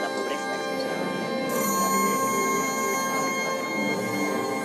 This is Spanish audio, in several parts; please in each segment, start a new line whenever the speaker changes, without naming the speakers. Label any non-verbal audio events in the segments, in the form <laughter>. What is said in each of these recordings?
la pobreza.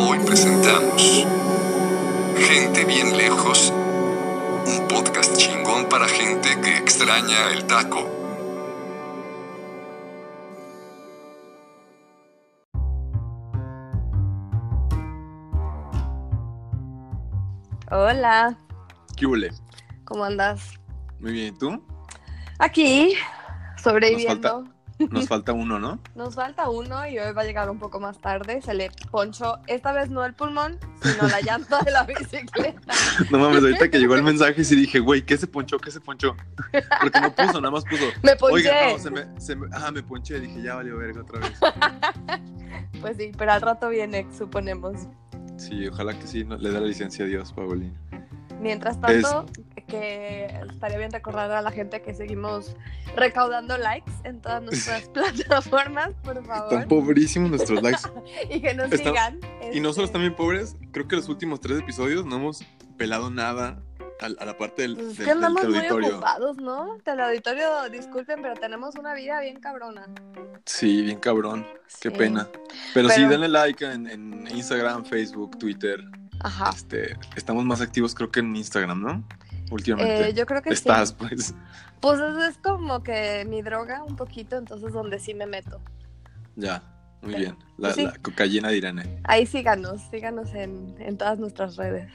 Hoy presentamos Gente bien lejos, un podcast chingón para gente que extraña el taco.
Hola,
¿Qué hule?
¿cómo andas?
Muy bien, ¿y tú?
Aquí, sobreviviendo.
Nos
<laughs>
Nos falta uno, ¿no?
Nos falta uno y hoy va a llegar un poco más tarde. Se le ponchó, esta vez no el pulmón, sino la llanta de la
<laughs>
bicicleta.
No mames, ahorita que llegó el mensaje sí dije, güey, ¿qué se ponchó? ¿Qué se ponchó? Porque no puso, nada más puso.
Me ponché.
Oiga, no, se me, se me- Ah, me ponché, dije, ya valió verga otra vez.
Pues sí, pero al rato viene, suponemos.
Sí, ojalá que sí, no- le dé la licencia a Dios, Paulina.
Mientras tanto, que estaría bien recordar a la gente que seguimos recaudando likes en todas
<laughs>
nuestras plataformas, por favor.
Están pobrísimos nuestros
<laughs>
likes.
Y que nos
Está-
sigan.
Y nosotros
este,
también pobres, creo que los últimos tres episodios no hemos pelado nada a, a la parte del,
Pues es
del-
que
del
andamos muy
auditorio.
ocupados, ¿no? El auditorio, disculpen, pero tenemos una vida bien cabrona.
Sí, bien cabrón, qué
Sí.
pena. Pero, sí,
Pero-
denle like en, en Instagram, Facebook, Twitter.
Ajá.
Este, estamos más activos creo que en Instagram, ¿no? Últimamente.
Eh, yo creo que
Estás,
sí.
pues. <laughs>
Pues eso es como que mi droga un poquito, entonces donde sí me meto.
Ya, muy
Sí.
bien. La,
pues Sí.
la cocaína de Irene.
Ahí síganos, síganos en, en todas nuestras
<laughs>
redes.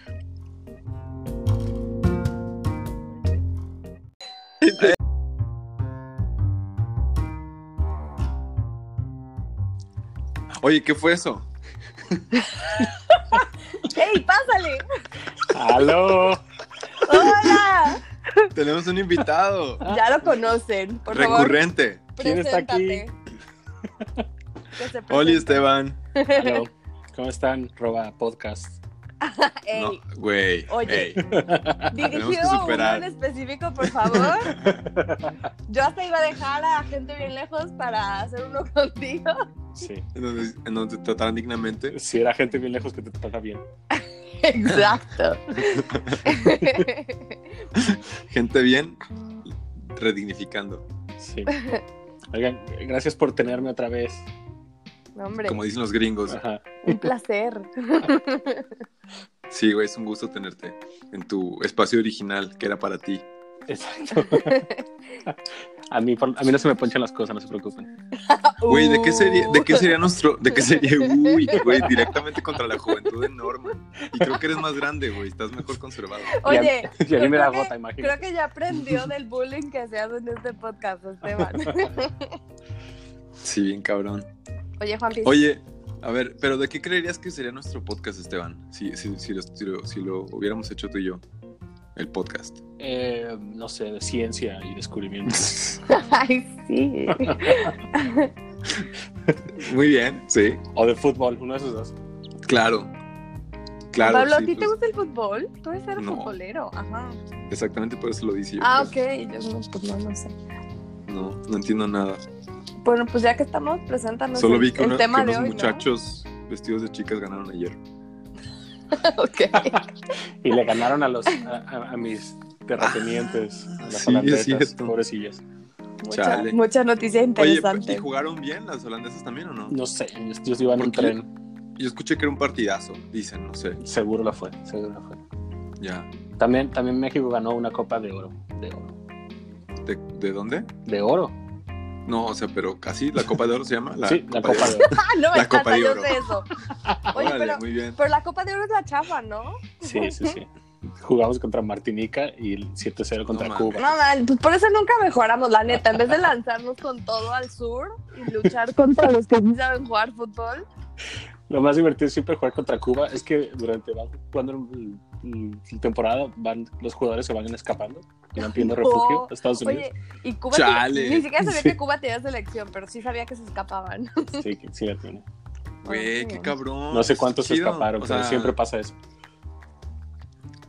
Oye, ¿qué
<laughs>
fue eso?
¡Ey, pásale!
¡Aló!
¡Hola!
Tenemos
<laughs>
un invitado
Ya lo conocen, por favor.
Ah. recurrente.
¿Quién está aquí? <laughs>
Que se
Oli
presente.
Esteban.
Aló. <laughs> ¿Cómo están? Roba podcast.
Ey,
No, güey.
Oye.
ey. tenemos que
dirigido a uno
superar.
en específico, por favor.
<laughs>
Yo hasta iba a dejar a gente bien lejos para hacer uno <laughs> contigo.
Sí.
En donde, en donde te tratan dignamente.
Si era gente bien lejos que te trata bien.
Exacto.
Gente bien, redignificando.
Sí. Oigan, gracias por tenerme otra vez.
<laughs> No, hombre,
Como dicen los gringos.
Ajá.
un placer.
Sí, güey, es un gusto tenerte en tu espacio original que era para ti.
Exacto. <laughs> A mí, por- a mí no se me ponchan las cosas, no se preocupen.
Güey, ¿de qué sería, de qué
Uh.
sería nuestro, de qué sería, uy, güey, directamente contra la juventud enorme. Y creo que eres más grande, güey, estás mejor conservado.
<laughs>
<laughs>
Oye,
Y a mí me da
creo que-
gota, imagínate.
creo que ya aprendió del bullying que se hace en este podcast,
<laughs>
Esteban.
Sí, bien cabrón.
Oye, Juan
Oye, a ver, pero ¿de qué creerías que sería nuestro podcast, Esteban? Si, si, si, lo, si lo- si lo hubiéramos hecho tú y yo, el podcast.
Eh, no sé, de ciencia y descubrimiento.
Ay, sí.
<laughs> Muy bien, sí,
<laughs> O de fútbol, uno de esos dos.
claro. Claro,
Pablo, ¿a
sí,
ti te
pues,
gusta el fútbol? Tú eres ser
No. pues.
futbolero. Ajá.
exactamente por eso lo dice yo.
Ah, ok.
creo.
Yo no, pues no, no sé.
No, no entiendo nada.
Bueno, pues ya que estamos, preséntanos
Solo
el,
vi que,
el
una-
tema
que
de
unos
hoy, ¿no?
muchachos vestidos de chicas ganaron ayer.
<laughs> Ok.
Y le ganaron a los a, a- a mis terratenientes,
Ah,
a
sí,
las
es
holandesas,
cierto.
pobrecillas.
Mucha,
Chale.
mucha noticia
Oye, pues,
interesante.
¿y jugaron bien las holandesas también o no?
No sé, ellos, ellos iban en un
¿Por qué?
tren.
Yo escuché que era un partidazo, dicen, no sé,
Seguro lo fue, seguro lo fue.
ya.
También, también México ganó una copa de oro. De oro.
¿De, de dónde?
De oro.
No, o sea, pero casi la Copa de Oro se llama. La
sí, la copa de oro.
ah, no,
La
me encanta,
<laughs> Copa de
yo
Oro.
sé eso. Oye,
Órale,
pero,
muy bien.
pero la Copa de Oro es la chafa, ¿no?
Sí, sí, sí. jugamos contra Martinica y el 7-0 contra
No, man.
Cuba.
No, mal, pues por eso nunca mejoramos, la neta. En vez de lanzarnos con todo al sur y luchar contra los que sí saben jugar fútbol,
Lo más divertido es siempre jugar contra Cuba es que durante va jugando el- el- la temporada van los jugadores se van escapando y van
<laughs>
pidiendo refugio a Estados Unidos.
oye, y Cuba.
Chale.
Ni siquiera
<laughs>
sabía
Sí.
que Cuba tenía selección, pero sí sabía que se escapaban.
Sí, que- sí la tiene.
Güey, qué cabrón.
No sé cuántos se
Chido.
escaparon,
O
pero
sea,
siempre pasa eso.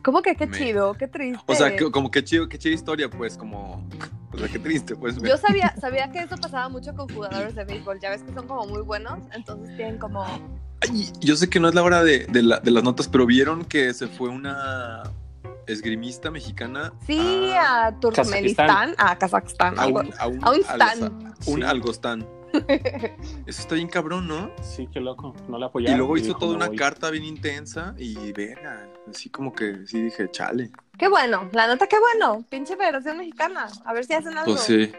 ¿Cómo que qué
Me-
chido? Qué triste.
O sea, que- como que chido, qué chida historia, pues, como. O sea, qué triste, pues.
Yo sabía, sabía que eso pasaba mucho con jugadores de béisbol. Ya ves que son como muy buenos, entonces tienen como.
Ay, yo sé que no es la hora de, de la- de las notas, pero vieron que se fue una esgrimista mexicana.
Sí,
a,
a Turkmenistán, a Kazajstán,
a
algo. <laughs>
un, a un,
a un
algoza-
stand.
un
Sí.
algostán. Eso está bien cabrón, ¿no?
Sí, qué loco, no la apoyaron.
y luego hizo
dijo,
toda
"Me
una
voy".
carta bien intensa y verga, así como que sí dije, chale.
Qué bueno, la nota, qué bueno. Pinche Federación Mexicana. A ver si hacen algo.
Pues sí.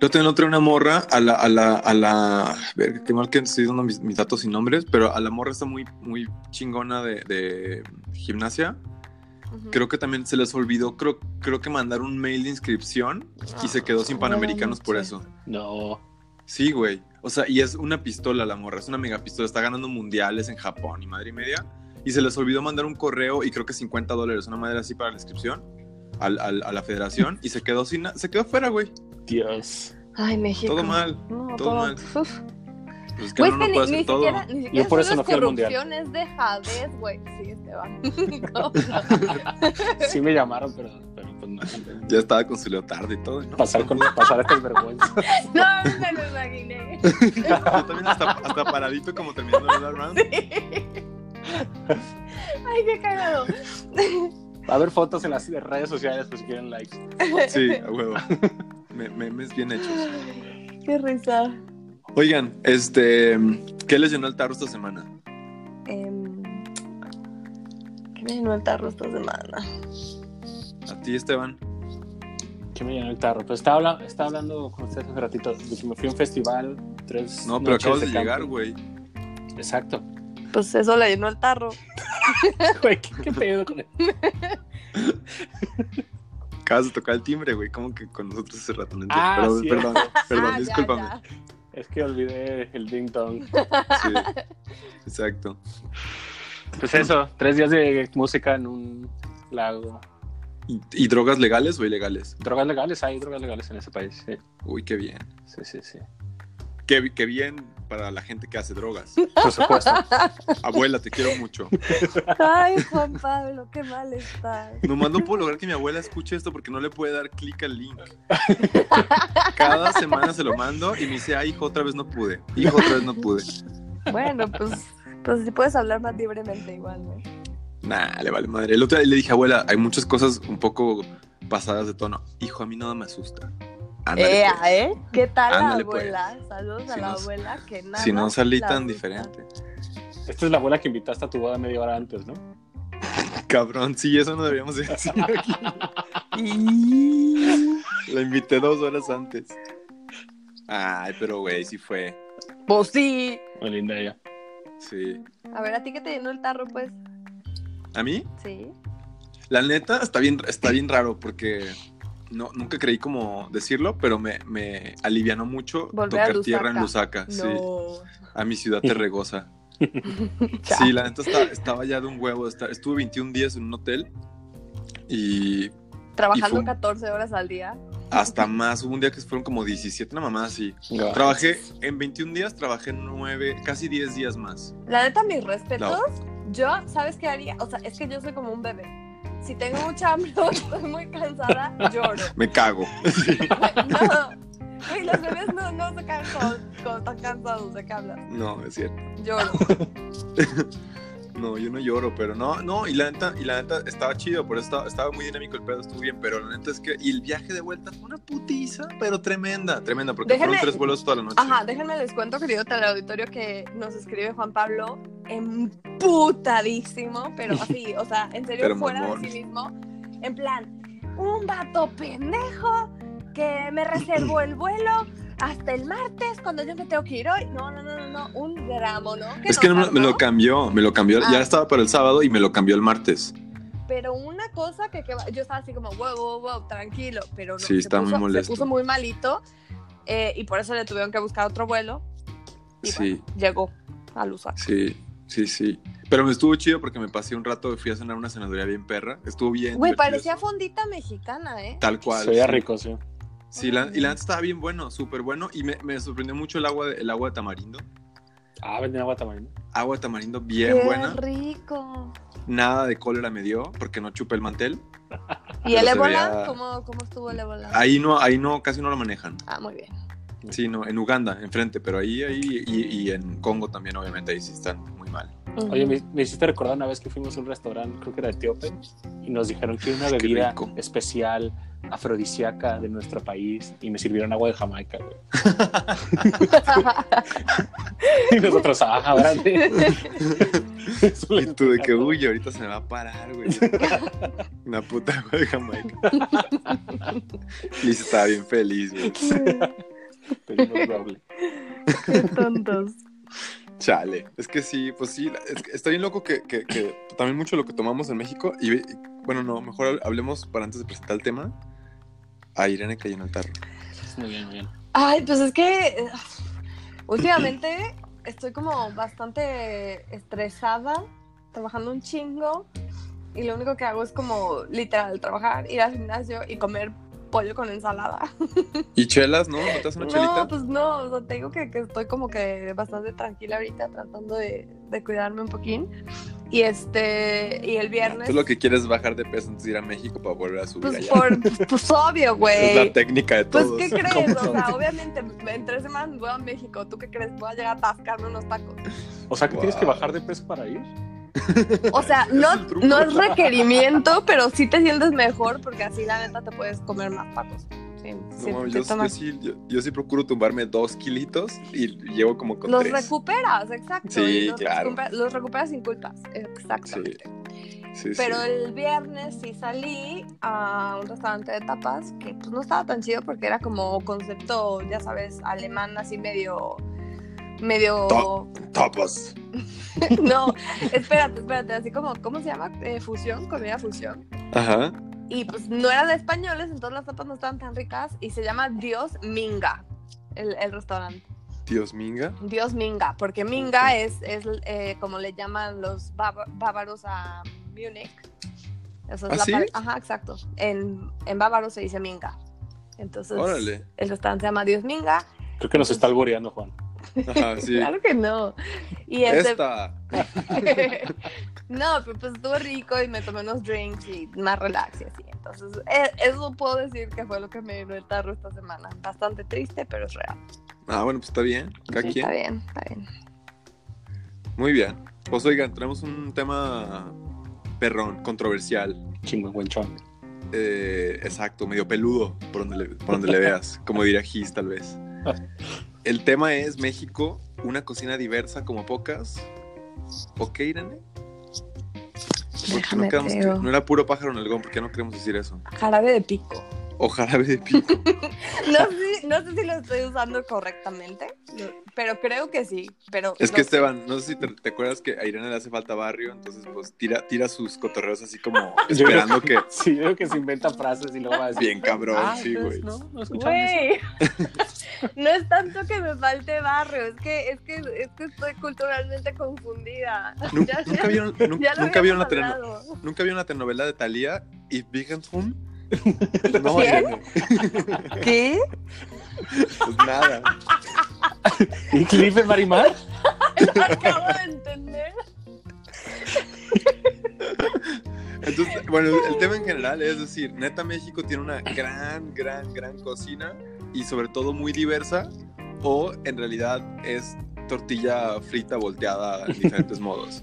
Yo tengo otra una morra a la, a la, a la, verga, qué mal que estoy dando mis, mis datos y nombres, pero a la morra está muy, muy chingona de, de gimnasia.
Ujú.
Creo que también se les olvidó, creo, creo que mandar un mail de inscripción y se quedó sin
Ah,
panamericanos por
sí.
eso.
No,
Sí, güey. O sea, y es una pistola la morra, es una mega pistola, está ganando mundiales en Japón y madre y media. Y se les olvidó mandar un correo y creo que 50 dólares, una madre así para la inscripción al- al- a la federación y se quedó sin, na- se quedó fuera, güey.
Dios.
Ay, México.
Todo mal.
No,
todo
todo,
mal.
Uf.
Pues es que
Güey,
uno
es que
no
ni,
puede
ni
hacer todo.
siquiera, ni siquiera
por
solo
eso no
es
fui al mundial.
corrupción, es dejadez, güey. Sí,
<laughs>
Esteban. <laughs>
Sí me llamaron, pero, pero
<laughs>
pues no.
Ya estaba con su leotardo y todo, ¿no?
Pasar, con, pasar estas vergüenzas.
no, me lo
<laughs>
imaginé.
Yo también hasta, hasta paradito como terminando el round.
Ay, qué cagado. <laughs>
Va a haber fotos en las redes sociales pues, si quieren likes.
Sí, a huevo. Me- Memes bien hechos.
Qué risa.
Oigan, este, ¿qué les llenó el tarro esta semana?
Em, ¿Qué me llenó el tarro esta semana?
A ti, Esteban.
Que me llenó el tarro. Pero estaba, habla- estaba hablando con ustedes hace ratito de que me fui a un festival, tres.
No, pero
noches
acabas de
campo.
llegar, güey.
Exacto. <laughs>
Pues eso le llenó el tarro.
Güey, ¿qué, qué pedo con
Acabas de tocar el timbre, güey. Como que con nosotros hace rato, no entiendo.
Ah,
perdón,
sí.
perdón, perdón,
<laughs> Ah, ya,
discúlpame.
ya.
Es que olvidé el ding dong.
Sí, exacto.
Pues eso, tres días de música en un lago.
¿Y, y drogas legales o ilegales?
Drogas legales, hay drogas legales en ese país. Sí,
Uy, qué bien.
sí, sí. sí.
Qué, qué bien para la gente que hace drogas.
Por supuesto.
Abuela, te quiero mucho.
Ay, Juan Pablo, qué mal estás.
Nomás no puedo lograr que mi abuela escuche esto porque no le puede dar clic al link. Cada semana se lo mando y me dice, ah, hijo, otra vez no pude. Hijo, otra vez no pude.
Bueno, pues, pues si puedes hablar más libremente igual, ¿no?
Nah, le vale madre. El otro día le dije, abuela, hay muchas cosas un poco pasadas de tono. Hijo, a mí nada me asusta. Ándale,
Ea,
pues.
¿eh? ¿Qué tal
Ándale, pues.
la abuela? Saludos a
Si
la
no-
abuela que nada.
Si no salí
la
tan
asusta.
diferente. <laughs>
Esta es la abuela que invitaste a tu boda media hora antes, ¿no?
Cabrón, sí, eso no deberíamos de decir aquí.
<laughs>
Y- La invité dos horas antes. Ay, pero güey, sí fue.
Pues sí.
Muy linda ella.
Sí.
A ver, ¿a ti que te llenó el tarro, pues?
¿A mí?
Sí.
La neta está bien, está bien raro porque no, nunca creí como decirlo, pero me, me alivianó mucho
Volver a
tocar tierra en
Lusaca.
Lusaca, Ah, sí,
No.
a mi ciudad
<laughs>
terregosa.
Ya.
Sí, la neta está- estaba ya de un huevo. está- estuve 21 días en un hotel y
Trabajando
Y fue-
14 horas al día.
hasta más. Hubo un día que fueron como 17, una mamá así.
Ah.
Trabajé en 21 días, trabajé 9, casi 10 días más.
La neta, mis respetos. Yo, ¿sabes qué haría? O sea, es que yo soy como un bebé. Si tengo mucha hambre <laughs> o estoy muy cansada, lloro.
Me cago.
No. Güey, los bebés no, no se caen cuando, cuando están cansados. ¿De qué hablas?
No, es cierto.
Lloro.
No, yo no lloro, pero no, no, y la neta, y la neta estaba chido, por eso estaba, estaba muy dinámico el pedo, estuvo bien, pero la neta es que, y el viaje de vuelta fue una putiza, pero tremenda, tremenda, porque
Déjenme-
fueron tres vuelos toda la noche.
Ajá, déjenme les cuento, querido teleauditorio, que nos escribe Juan Pablo emputadísimo, pero <laughs> así, o sea, en serio,
Pero
fuera
mamón.
de sí mismo. En plan, un vato pendejo que me reservó el vuelo hasta el martes cuando yo me tengo que ir hoy. No, no, no, no, no, un drama, ¿no?
es que no me,
nos
me lo
tardó.
cambió, me lo cambió,
Ah.
ya estaba para el sábado y me lo cambió el martes.
Pero una cosa que, que va- yo estaba así como, wow, wow, wow, tranquilo, pero no,
Sí, está muy
puso,
molesto.
puso muy malito eh, y por eso le tuvieron que buscar otro vuelo. Y
Sí.
bueno, llegó al Lusaka.
Sí, sí, sí. Pero me estuvo chido porque me pasé un rato, fui a cenar una cenaduría bien perra. Estuvo bien.
Güey,
divertido
parecía
eso.
fondita mexicana, ¿eh?
Tal cual.
Se veía
sí.
rico, sí.
Sí, la- y la neta estaba bien bueno, súper bueno. Y me, me sorprendió mucho el agua, de- el agua de tamarindo.
Ah, vendía agua tamarindo.
Agua de tamarindo
Qué
bien buena.
rico.
Nada de cólera me dio porque no chupé el mantel.
¿Y el
Pero se
ébola?
veía-
¿Cómo, ¿Cómo estuvo el ébola?
Ahí no, ahí no, casi no lo manejan.
Ah, muy bien.
Sí, no, en Uganda, enfrente, pero ahí, ahí y, y en Congo también, obviamente, ahí sí están muy mal.
Oye, me, me hiciste recordar una vez que fuimos a un restaurante, creo que era etíope, y nos dijeron que era una bebida
rico.
especial afrodisíaca de nuestro país y me sirvieron agua de
<laughs>
Jamaica, güey. y nosotros,
<laughs>
ah, órale. Eso
Y
les
tú de
encantó.
que, uy, ahorita se me va a parar, güey. Una puta agua de Jamaica. Liz estaba bien feliz, güey.
Pedimos doble.
<laughs> Qué tontos.
Chale. Es que sí, pues sí, la- es que está bien loco que, que- que también mucho lo que tomamos en México. Y, ve- y- bueno, no, mejor hab- hablemos para antes de presentar el tema. A Irene cayó en el tarro.
Muy bien, muy bien.
Ay, pues es que eh, últimamente estoy como bastante estresada, trabajando un chingo y lo único que hago es como literal trabajar, ir al gimnasio y comer pollo con ensalada.
¿Y chelas, no? ¿No te hace una
No,
chelita?
pues no, o sea, te digo que, que estoy como que bastante tranquila ahorita tratando de, de cuidarme un poquín. Y este, y el viernes...
Tú lo que quieres es bajar de peso, entonces ir a México para volver a subir
pues,
allá.
por, pues, pues, obvio,
Es la
güey.
técnica de
Pues,
todos. <laughs>
¿qué crees? O sea, obviamente en tres semanas voy a México. ¿Tú qué crees? Voy a llegar a atascarme unos tacos.
O sea, que tienes que
Wow.
bajar de peso para ir.
O
<laughs>
sea,
Es
no,
el truco.
no es requerimiento, pero sí te sientes mejor porque así la neta te puedes comer más tacos. Sí, sí,
No,
sí
yo, yo
tomas-
sí, yo, yo sí procuro tumbarme dos kilitos y llevo como con
los
tres.
recuperas, exacto.
Sí,
y los,
claro.
recuperas, los recuperas sin culpas, exactamente.
Sí, sí.
Pero el viernes sí salí a un restaurante de tapas que pues no estaba tan chido porque era como concepto, ya sabes, alemán así medio medio
To- Tapas.
no, espérate, espérate, así como ¿cómo se llama? Eh, fusión, comida fusión.
Ajá.
Y pues no era de españoles, entonces las tapas no estaban tan ricas y se llama Dios Minga. El, el restaurante.
Dios minga.
Dios Minga, porque Minga es, es eh, como le llaman los báva- bávaros a Múnich. Eso es
¿Ah,
la
sí?
par- Ajá, exacto. En, en bávaro se dice Minga. Entonces,
Órale.
el restaurante se llama Dios Minga.
Creo que nos está alboreando, Juan.
<laughs>
Ajá, sí.
Claro que no. Y este,
Esta.
<laughs> no, pero pues estuvo rico y me tomé unos drinks y más relax y así. Entonces, e- eso puedo decir que fue lo que me dio el tarro esta semana. Bastante triste, pero es real.
Ah, bueno, pues está bien. Cada
Sí,
quien.
Está bien, está bien.
Muy bien. Pues oigan, tenemos un tema perrón, controversial.
Chingón, buen chon.
Eh, exacto, medio peludo, por donde, le, por donde
<laughs>
le veas. Como diría Gis, tal vez. El tema es México, una cocina diversa como pocas. ¿O qué, Irene? Porque no,
Déjame
quedamos que-
creo.
no era puro pájaro en el porque no queremos decir
<laughs>
eso.
Jarabe de pico.
O jarabe de
<laughs>
pico.
No sé, no sé si lo estoy usando correctamente, no- pero creo que sí. Pero
Es
no
que
sé.
este- Esteban, no sé si te, te acuerdas que a Irene le hace falta barrio, entonces pues tira, tira sus cotorreos
<laughs>
así como esperando que.
Sí, yo creo que se inventa frases y luego va a decir.
Bien cabrón,
Ah,
sí, güey.
entonces, No, no escucharon eso.
Güey. <laughs> No es tanto que me falte barrio, es que, es que, es que estoy culturalmente confundida.
Nu-
<laughs> Ya-
Nunca
ya-
vieron, nu-
ya lo
nunca vieron la
habíamos
telenovela.
hablado.
Nunca vieron la telenovela de Thalía y Home? No,
¿Quién?
Irene,
¿Qué?
pues nada.
¿Y Cliff de Marimar?
<laughs> Acabo de entender.
Entonces, bueno, el tema en general es decir, neta México tiene una gran, gran, gran cocina y sobre todo muy diversa, o en realidad es tortilla frita volteada en diferentes modos.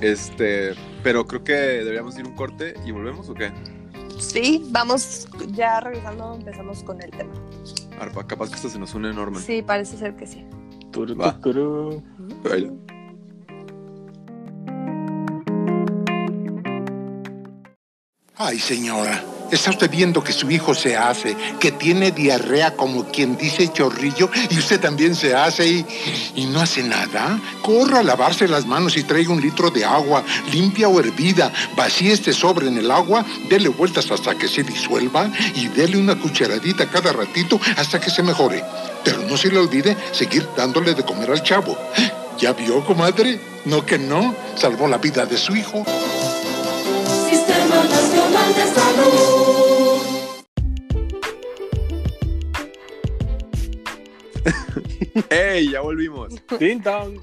Este, pero creo que deberíamos ir un corte y volvemos o qué?
Sí, vamos, ya regresando empezamos con el tema.
Arpa, capaz que esto se nos une enorme.
Sí, parece ser que sí.
Turu,
Va.
tu, turu.
Baila.
Ay, señora, Está usted viendo que su hijo se hace, que tiene diarrea como quien dice chorrillo y usted también se hace y, y no hace nada. Corra a lavarse las manos y traiga un litro de agua, limpia o hervida. Vacíe este sobre en el agua, dele vueltas hasta que se disuelva y dele una cucharadita cada ratito hasta que se mejore. Pero no se le olvide seguir dándole de comer al chavo. ¿Ya vio, comadre? No que no, salvó la vida de su hijo.
Sistema Nacional de Salud.
¡Ey! Ya volvimos.
Ding dong.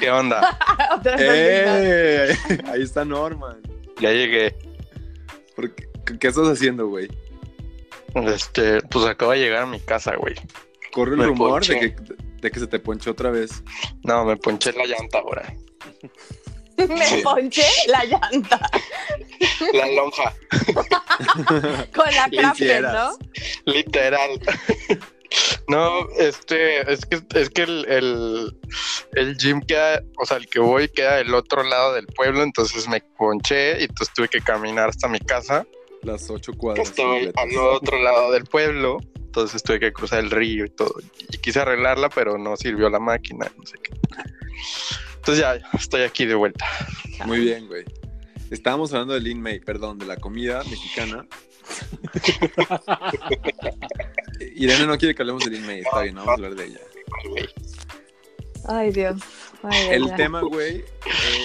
¿Qué onda?
<laughs> Otra
Eh,
vez.
¡Ey! Ahí está Norman.
Ya llegué.
¿Por qué, qué estás haciendo, güey?
Este, pues acabo de llegar a mi casa, güey.
Corre el
Me
rumor de
ponché.
que, de que se te ponchó otra vez.
No, me ponché la llanta ahora.
Me ponché la llanta
La lonja,
<laughs> con la crafter,
Quisieras.
¿no?
literal. No, este, es que, es que el, el, el gym queda, o sea, el que voy queda del otro lado del pueblo, entonces me ponché y entonces tuve que caminar hasta mi casa,
Las ocho
que
cuadras.
estoy
completas.
al otro lado del pueblo, entonces tuve que cruzar el río y todo. Y quise arreglarla, pero no sirvió la máquina, no sé qué. Entonces ya estoy aquí de vuelta.
Muy bien, güey. Estábamos hablando del Lean May, perdón, de la comida
<laughs>
mexicana. Irene no quiere que hablemos del Lean May, está bien, vamos a hablar de ella.
güey.
Ay, Dios. Ay, ay,
El
ay.
tema, güey,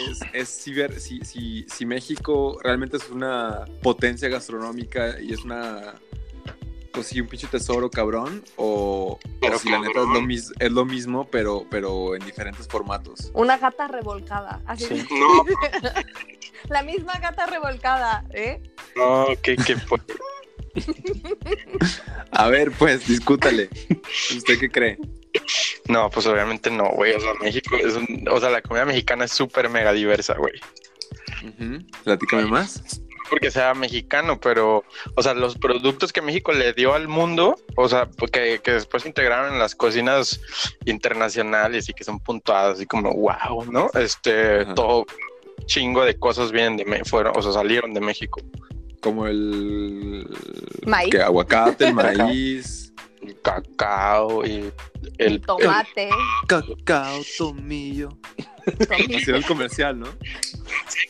es, es si, ver- si, si, si México realmente es una potencia gastronómica y es una. Pues sí, un pinche tesoro cabrón, o,
Pero
o si la neta es lo,
cabrón.
mis- es lo mismo, pero, pero en diferentes formatos.
Una gata revolcada. Así <laughs>
Sí.
No,
La misma gata revolcada, ¿eh?
no, que, que pues,
A ver, pues, discútale. ¿Usted qué cree?
No, pues obviamente no, güey. O sea, México es un- O sea, la comida mexicana es súper mega diversa, güey.
Ujú, Platícame más.
Porque sea mexicano, pero. O sea, los productos que México le dio al mundo, o sea, que, que después se integraron en las cocinas internacionales y que son puntuadas, así como, wow, ¿no? Este,
Ajá.
todo chingo de cosas vienen de México, fueron, o sea, salieron de México.
como el
Maíz.
que aguacate, el maíz,
El cacao y el.
Tomate.
cacao, tomillo. Ha
<laughs>
sido el comercial, ¿no?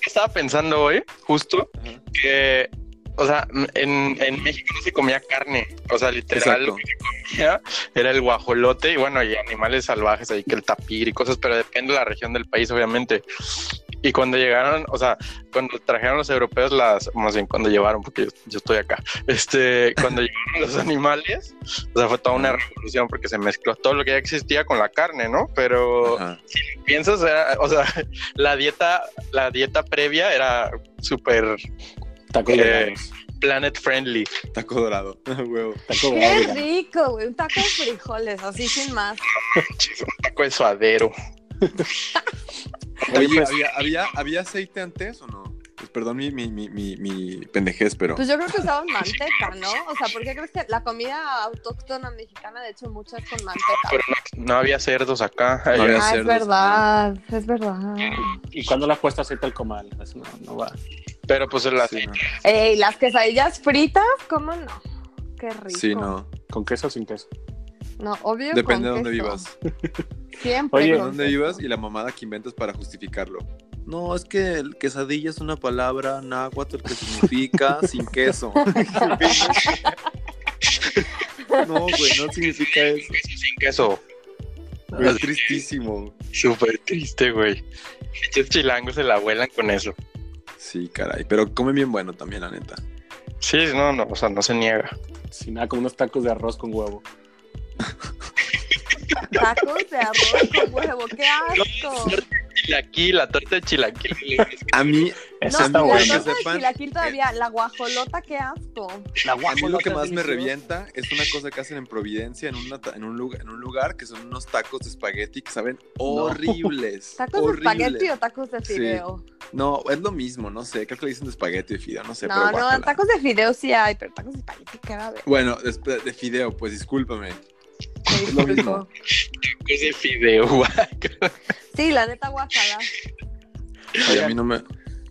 Estaba pensando hoy, justo,
Ajá.
que. O sea, en, en México no se comía carne. O sea, literal.
Exacto.
comida era el guajolote y bueno, y animales salvajes ahí que el tapir y cosas, pero depende de la región del país, obviamente. Y cuando llegaron, o sea, cuando trajeron los europeos las, más bien cuando llevaron, porque yo, yo estoy acá, este, cuando llegaron los animales, o sea, fue toda una revolución porque se mezcló todo lo que ya existía con la carne, ¿no? Pero
Ajá.
piensas, era- o sea, la dieta, la dieta previa era súper
Tacos
Eh,
dorados.
planet friendly.
Taco dorado. <laughs> Ah, Huevo.
Taco dorado.
Qué
vegano.
rico, güey. Un taco de frijoles, así sin más.
Chis, Un taco de suadero.
Oye,
pues,
¿había, había, había aceite antes o no? Pues perdón mi, mi, mi, mi, mi pendejez, pero
Pues yo creo que usaban manteca, ¿no? O sea, ¿por qué crees que la comida autóctona mexicana, de hecho, muchas con manteca?
Pero no, no había cerdos acá.
No había
Ah, es
cerdos.
verdad, es verdad.
¿Y cuándo le has puesto aceite al comal? Eso no, no va.
Pero pues el aceite
sí, no.
Ey, las quesadillas fritas, ¿cómo no? Qué rico.
Sí, no.
¿Con queso o sin queso?
No, obvio.
Depende de
con
dónde
queso.
vivas.
Siempre.
Oye,
De
con
dónde
queso.
vivas y la mamada que inventas para justificarlo. No, es que el quesadilla es una palabra náhuatl que
<laughs>
significa sin queso. no, güey, no significa eso.
sin queso.
Güey, Es tristísimo.
Súper triste, güey. Los chilangos se la vuelan con eso.
Sí, caray. Pero comen bien bueno también, la neta.
Sí, no, no, o sea, no se niega.
Si nada, con unos tacos de arroz con huevo.
Tacos de arroz con huevo, qué asco.
Chilaquil, la torta de chilaquil.
A mí,
Eso
No,
está
no,
la
bueno.
torta de
sepan-
chilaquil todavía, la guajolota, qué asco.
a mí lo que más me
revienta
revienta es una cosa que hacen en Providencia, en, una ta- en, un, lugar, en un lugar que son unos tacos de espagueti que saben horribles.
<laughs> ¿Tacos
horribles.
de espagueti o tacos de
Sí,
fideo?
No, es lo mismo, no sé. Creo que le dicen de espagueti de fideo, no sé.
no,
pero
no,
guácala.
tacos de fideo sí hay, pero tacos de espagueti, qué va a haber.
Bueno, despe- de fideo, pues discúlpame.
Qué
<laughs> es lo
rico.
mismo.
Es de fideo, güey.
Sí, la neta guacala.
Ay, a mí no me...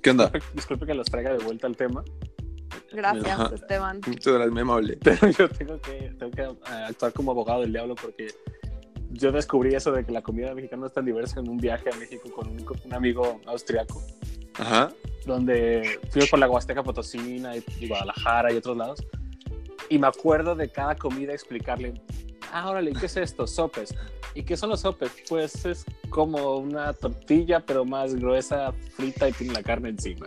¿Qué onda?
<laughs> Disculpe que los traiga de vuelta al tema. <laughs>
Gracias,
Ajá.
Esteban.
Muchas gracias, muy amable.
Pero yo tengo que, tengo que, eh, actuar como abogado del diablo porque yo descubrí eso de que la comida mexicana es tan diversa en un viaje a México con un, un amigo austriaco,
Ajá.
donde fuimos por la Huasteca Potosina y, y Guadalajara y otros lados. Y me acuerdo de cada comida explicarle, ah, órale, ¿qué es esto? Sopes. ¿Y qué son los sopes? Pues es como una tortilla, pero más gruesa, frita y tiene la carne encima.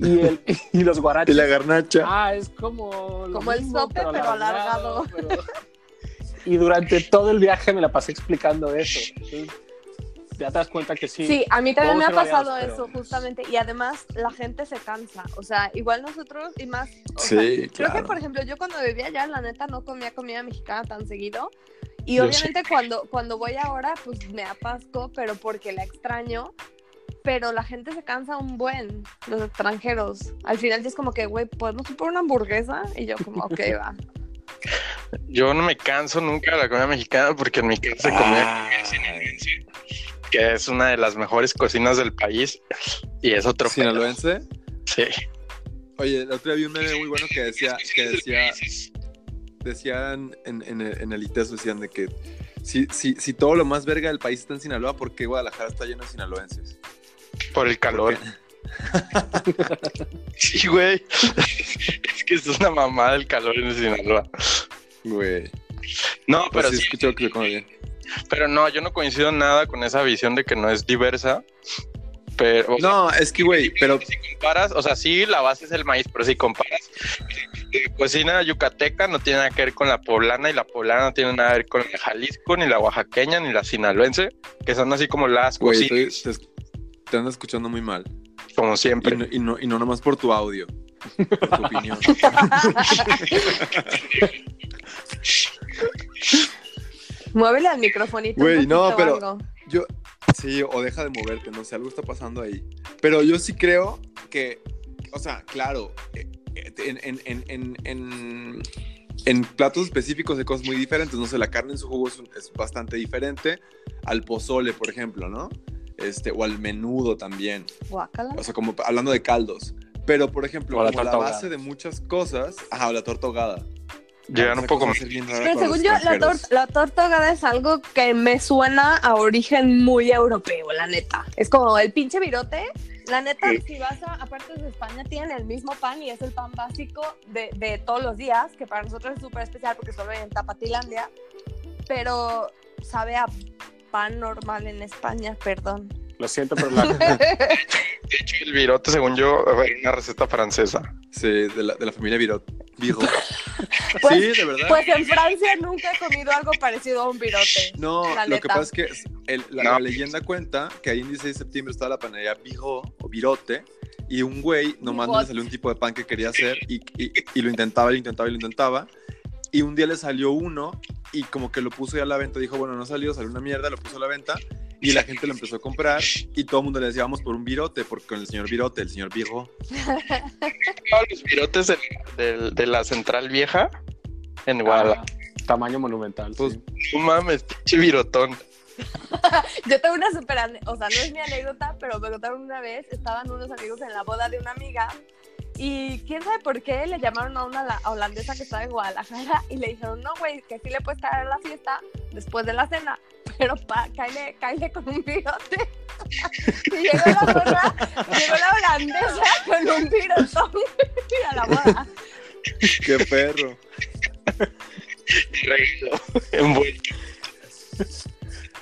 Y, el- y los
Y
guaraches.
la garnacha.
Ah, es como. lo
Como el sope, pero alargado.
pero- <laughs> Y durante todo el viaje me la pasé explicando eso. Entonces, ya te das cuenta que sí.
Sí, a mí también me
Vamos
ha
a ser
pasado
variados,
eso,
pero-
justamente. Y además, la gente se cansa. O sea, igual nosotros y más. o sea,
Sí,
Creo que,
claro.
por ejemplo, yo cuando vivía allá, la neta, no comía comida mexicana tan seguido. Y
Yo
obviamente cuando, cuando voy ahora, pues me apasco, pero porque la extraño. Pero la gente se cansa un buen, los extranjeros. Al final ya es como que, güey, ¿podemos ir por una hamburguesa? Y yo como,
<laughs>
ok, va.
Yo no me canso nunca de la comida mexicana porque en mi casa se comía
Ah.
comida sinaloense, que es una de las mejores cocinas del país y es otro pedo.
¿Sinaloense?
Sí.
Oye, el otro día vi un meme muy bueno que decía, que decía, decían en, en el, en el ITESO, decían de que si, si, si todo lo más verga del país está en Sinaloa, ¿por qué Guadalajara está lleno de sinaloenses?
Por el calor. sí, güey. es que es una mamada el calor en Sinaloa.
Güey.
No,
Pues
pero
sí,
sí,
escucho que lo come bien.
pero no, yo no coincido nada con esa visión de que no es diversa. Pero, o sea,
No, es que, güey, pero
si comparas, o sea, sí, la base es el maíz, pero si comparas, eh, cocina yucateca no tiene nada que ver con la poblana y la poblana no tiene nada que ver con la Jalisco, ni la oaxaqueña, ni la sinaloense, que son así como las
Güey,
cocinas,
estoy- te, te ando escuchando muy mal.
como
Y
siempre.
no, y, no, y no nomás por tu audio, por
<laughs>
tu opinión.
Muévele al microfonito. un
Güey, no,
poquito o
pero-
algo.
Yo, sí, o deja de moverte, no sé, algo está pasando ahí. Pero yo sí creo que, o sea, claro, eh, eh, en, en- en- en- en- en platos específicos de cosas muy diferentes, no sé, la carne en su jugo es, un- es bastante diferente al pozole, por ejemplo, ¿no? Este, o al menudo también.
Guácala.
O sea, como pa- hablando de caldos. Pero, por ejemplo,
O la
como la
torta
base
ahogada.
de muchas cosas, ajá, o la torta ahogada. Ah,
Llegan un
Esa
poco
cosa
más.
es bien rara
Pero
con los
según yo, la,
extranjeros.
tor- la torta ahogada es algo que me suena a origen muy europeo, la neta. Es como el pinche virote. La neta, si vas a, a partes de España, tienen el mismo pan y es el pan básico de, de todos los días, que para nosotros es súper especial porque solo hay en Tapatilandia. Pero sabe a pan normal en España,
<laughs>
perdón. <laughs> Pues
Lo siento, pero la,
De hecho, el virote, según yo, era una receta francesa.
Sí, de la, de la familia Virot.
<laughs>
Virgo.
Pues-
sí, de verdad.
Pues en Francia nunca he comido algo parecido a un virote.
No,
La
lo
neta.
que pasa es que es- el- la,
No.
la leyenda cuenta que ahí en 16 de septiembre estaba la panadería Vigo o Virote y un güey nomás no
Bigot.
le salió un tipo de pan que quería hacer y, y- y lo intentaba, y lo intentaba, y lo intentaba. Y un día le salió uno y como que lo puso ya a la venta, dijo, bueno, no salió, salió una mierda, lo puso a la venta y la gente lo empezó a comprar y todo el mundo le decía, vamos por un virote, porque con el señor virote, el señor Vigo.
Ah, Los virotes de, de- de la central vieja en Guadalajara.
tamaño monumental.
Pues,
sí.
No mames, pinche virotón.
Yo tengo una super, ane- o sea, no es mi anécdota, pero me contaron una vez, estaban unos amigos en la boda de una amiga y quién sabe por qué le llamaron a una la- holandesa que estaba en Guadalajara y le dijeron, no, güey, que sí le puedes caer a la fiesta después de la cena, pero pa, cáele, cáele con un virote. <laughs> Y llegó la morra, llegó la holandesa con un virotón <laughs> a la boda.
¡Qué perro!
Regalo. Envuelto.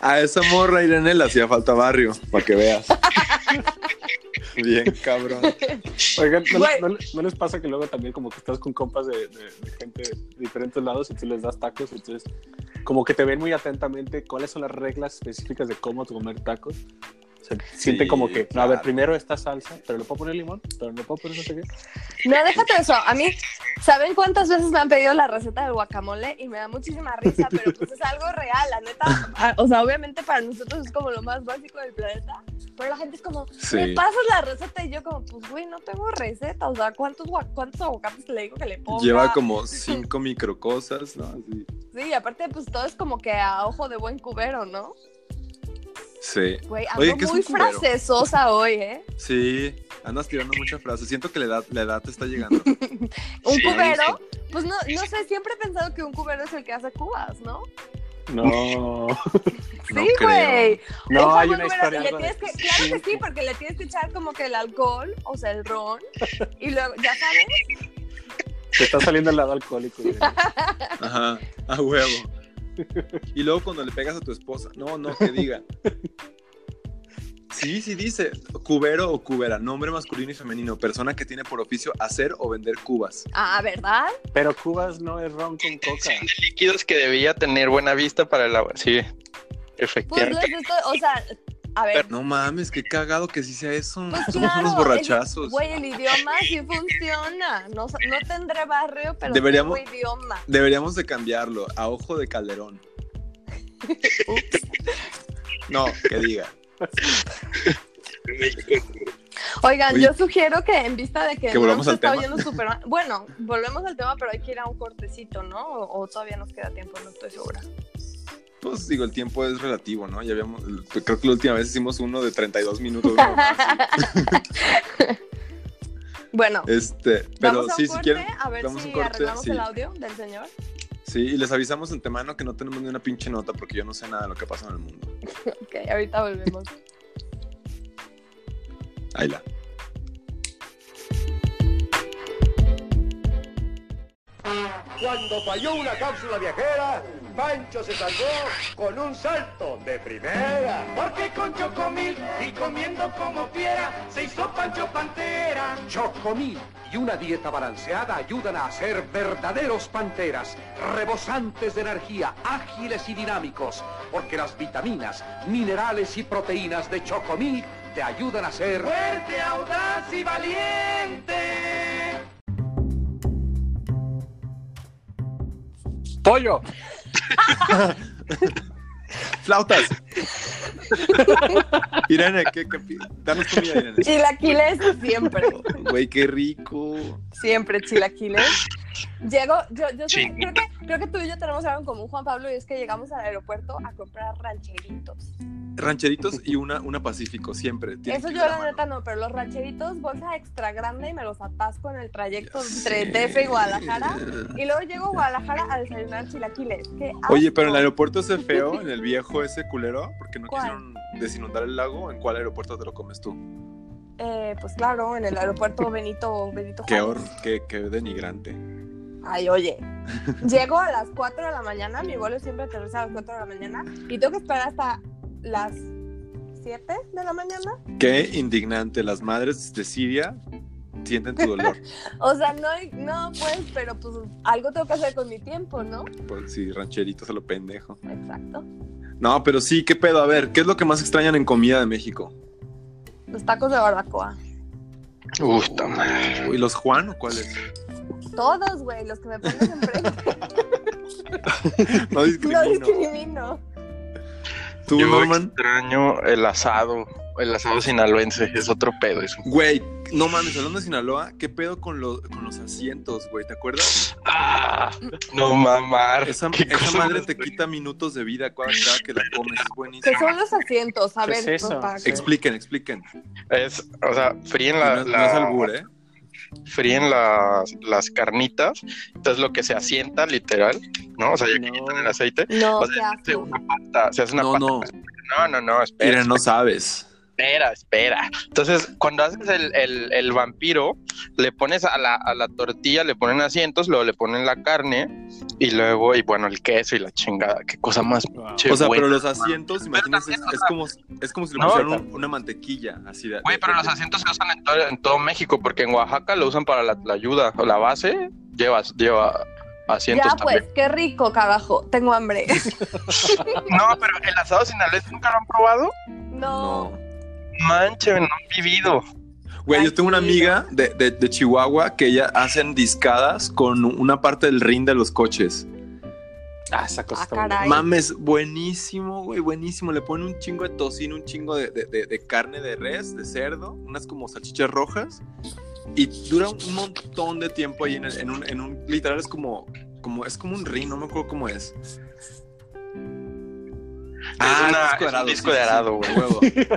A esa morra Irene le hacía falta barrio, para que veas. Bien, cabrón.
Oigan, ¿no,
Güey.
no- no les pasa que luego también como que estás con compas de, de- de gente de diferentes lados y tú les das tacos? Entonces, como que te ven muy atentamente cuáles son las reglas específicas de cómo comer tacos. O sea, sienten como que, no, a ver,
claro.
primero esta salsa, pero le puedo poner limón, pero no puedo poner no sé qué.
No, déjate eso. A mí, ¿saben cuántas veces me han pedido la receta del guacamole? Y me da muchísima
<laughs>
risa, pero pues es algo real, la neta. Ah, O sea, obviamente para nosotros es como lo más básico del planeta, pero la gente es como, me
Sí.
pasas la receta y yo como, pues güey, no tengo receta. O sea, ¿cuántos, gua- cuántos aguacates le digo que le ponga?
Lleva como cinco microcosas, ¿no? Así.
Sí, y aparte pues todo es como que a ojo de buen cubero, ¿no?
Sí,
Güey,
Oye,
ando
¿qué es un
muy
cubero?
frasesosa hoy, ¿eh?
sí. Andas tirando muchas frases. Siento que la edad, la edad te está llegando.
¿Un cubero? Pues no, no sé, siempre he pensado que un cubero es el que hace cubas, ¿no? <laughs>
No.
No
sí,
creo.
güey.
No,
Un
hay
jamón
una
cubero,
historia.
le
algo de-
tienes que- claro que sí, porque le tienes que echar como que el alcohol, o sea, el ron, y luego, ya sabes,
Te está saliendo el lado alcohólico. güey.
Ajá, a huevo. Y luego cuando le pegas a tu esposa, no, no, que diga. Sí, sí dice, cubero o cubera, nombre masculino y femenino, persona que tiene por oficio hacer o vender cubas.
ah, ¿verdad?
Pero Cubas no es ron con coca.
Líquidos que debía tener buena vista para el agua. Sí,
Pues les
efectivamente.
estoy, o sea, a ver,
No mames, qué cagado que sí sea eso.
Pues
Somos
claro,
unos borrachazos.
el- Güey, el idioma sí funciona. No, sa- no tendré barrio, pero
Deberíamos-
tengo idioma.
Deberíamos de cambiarlo a ojo de calderón. No, que diga.
Oigan,
Oye.
yo sugiero que en vista de que,
Que
no
volvamos
se
al
está
tema.
oyendo súper mal- Bueno, volvemos al tema, pero hay que ir a un cortecito, ¿no? O, o todavía nos queda tiempo, no estoy segura.
Pues digo, el tiempo es relativo, ¿no? Ya habíamos, creo que la última vez hicimos uno de 32 minutos. una
<laughs>
mamada así.
Bueno,
Este, pero
vamos a un
sí, si
corte
quieren,
a ver
vamos a
si
un corte,
arreglamos
sí.
el audio del señor.
Sí, y les avisamos antemano que no tenemos ni una pinche nota porque yo no sé nada de lo que pasa en el mundo.
Ok, ahorita volvemos.
Ahí la.
Cuando falló una cápsula viajera, Pancho se salvó con un salto de primera. Porque con Chocomil y comiendo como fiera, se hizo Pancho Pantera. Chocomil y una dieta balanceada ayudan a hacer verdaderos panteras, rebosantes de energía, ágiles y dinámicos. Porque las vitaminas, minerales y proteínas de Chocomil te ayudan a ser fuerte, audaz y valiente.
¡Pollo!
<laughs>
¡Flautas! Irene, ¿qué, qué pi- Danos comida, Irene.
Chilaquiles
<laughs>
siempre.
Güey, qué rico.
Siempre chilaquiles. Llego, yo, yo soy- creo, que, creo que tú y yo tenemos algo en común, Juan Pablo, y es que llegamos al aeropuerto a comprar rancheritos.
Rancheritos y una, una pacífico, siempre. Tienen
Eso
que ir
yo
de la
la
mano.
neta no, pero los rancheritos, bolsa extra grande y me los atasco en el trayecto
Ya
entre
sé.
DF y Guadalajara. Y luego llego a Guadalajara a desayunar chilaquiles. ¿Qué
Oye,
asco.
pero en el aeropuerto ese feo, en el viejo ese culero, porque no
¿Cuál?
quisieron desinundar el lago, ¿en cuál aeropuerto te lo comes tú?
Eh, pues claro, en el aeropuerto Benito, Benito
Qué,
Juárez.
hor qué, qué denigrante.
Ay, oye. <laughs> Llego a las 4 de la mañana, mi vuelo siempre aterriza a las 4 de la mañana y tengo que esperar hasta las 7 de la mañana.
Qué indignante. Las madres de Siria sienten tu dolor.
O sea, no, hay- no, pues, pero pues algo tengo que hacer con mi tiempo, ¿no?
Por si rancheritos a lo pendejo.
Exacto.
No, pero sí, qué pedo. A ver, ¿qué es lo que más extrañan en comida de México?
Los tacos de barbacoa.
Uf, ta madre.
¿Y los Juan o cuáles?
Todos, güey, los que me pones enfrente.
<laughs>
<laughs> No discrimino.
no discrimino.
Tú,
Yo
Norman.
extraño el asado, el asado sinaloense, es otro pedo eso.
Güey, no mames, hablando de Sinaloa, ¿qué pedo con, los con los asientos, güey? ¿Te acuerdas?
Ah, no mamar.
Esa,
qué
esa
cosa
madre
más
te
rica.
quita minutos de vida cada, cada que la comes. Es <laughs>
Que
buenísimo.
son los asientos, a
¿Qué
ver,
es eso?
papá.
Sí.
Expliquen, expliquen.
Es, o sea, fríen la,
no, es- no
la-
es albur, ¿eh?
fríen las, las carnitas, entonces lo que se asienta literal, ¿no? O sea, ya
No.
quitan el aceite,
No,
O
qué
sea, se hace
asco.
una pasta, se hace una
No,
pasta. No,
no.
no, no, espera,
Mira, no sabes.
espera, espera. Entonces, cuando haces el, el- el vampiro, le pones a la, a la tortilla, le ponen asientos, luego le ponen la carne y luego, y bueno, el queso y la chingada, qué cosa más
Wow.
pinche
O sea,
buena.
pero los asientos, imagínense, es, es como, es como si le
No,
pusieran
o sea-
un- una mantequilla así de.
Güey, pero
de-
los asientos se usan en todo, en todo México, porque en Oaxaca lo usan para la, la ayuda, o la base lleva, lleva asientos
Ya,
también.
pues, qué rico, carajo. Tengo hambre.
<laughs> No, pero el asado sinaloense nunca lo han probado.
No.
No.
Manche, no han vivido.
Güey, yo tengo una amiga de, de- de Chihuahua que ella hacen discadas con una parte del rin de los coches.
Ah, esa cosa
Ah,
está buena.
caray. <laughs>
Mames, buenísimo, güey, buenísimo. Le ponen un chingo de tocino, un chingo de, de- de- de carne de res, de cerdo, unas como salchichas rojas. Y dura un montón de tiempo ahí en, el- en un, en un- Literal es como, como. Es como un rin, no me acuerdo cómo es.
es, una-
Ah,
es un disco de arado, güey.
<laughs>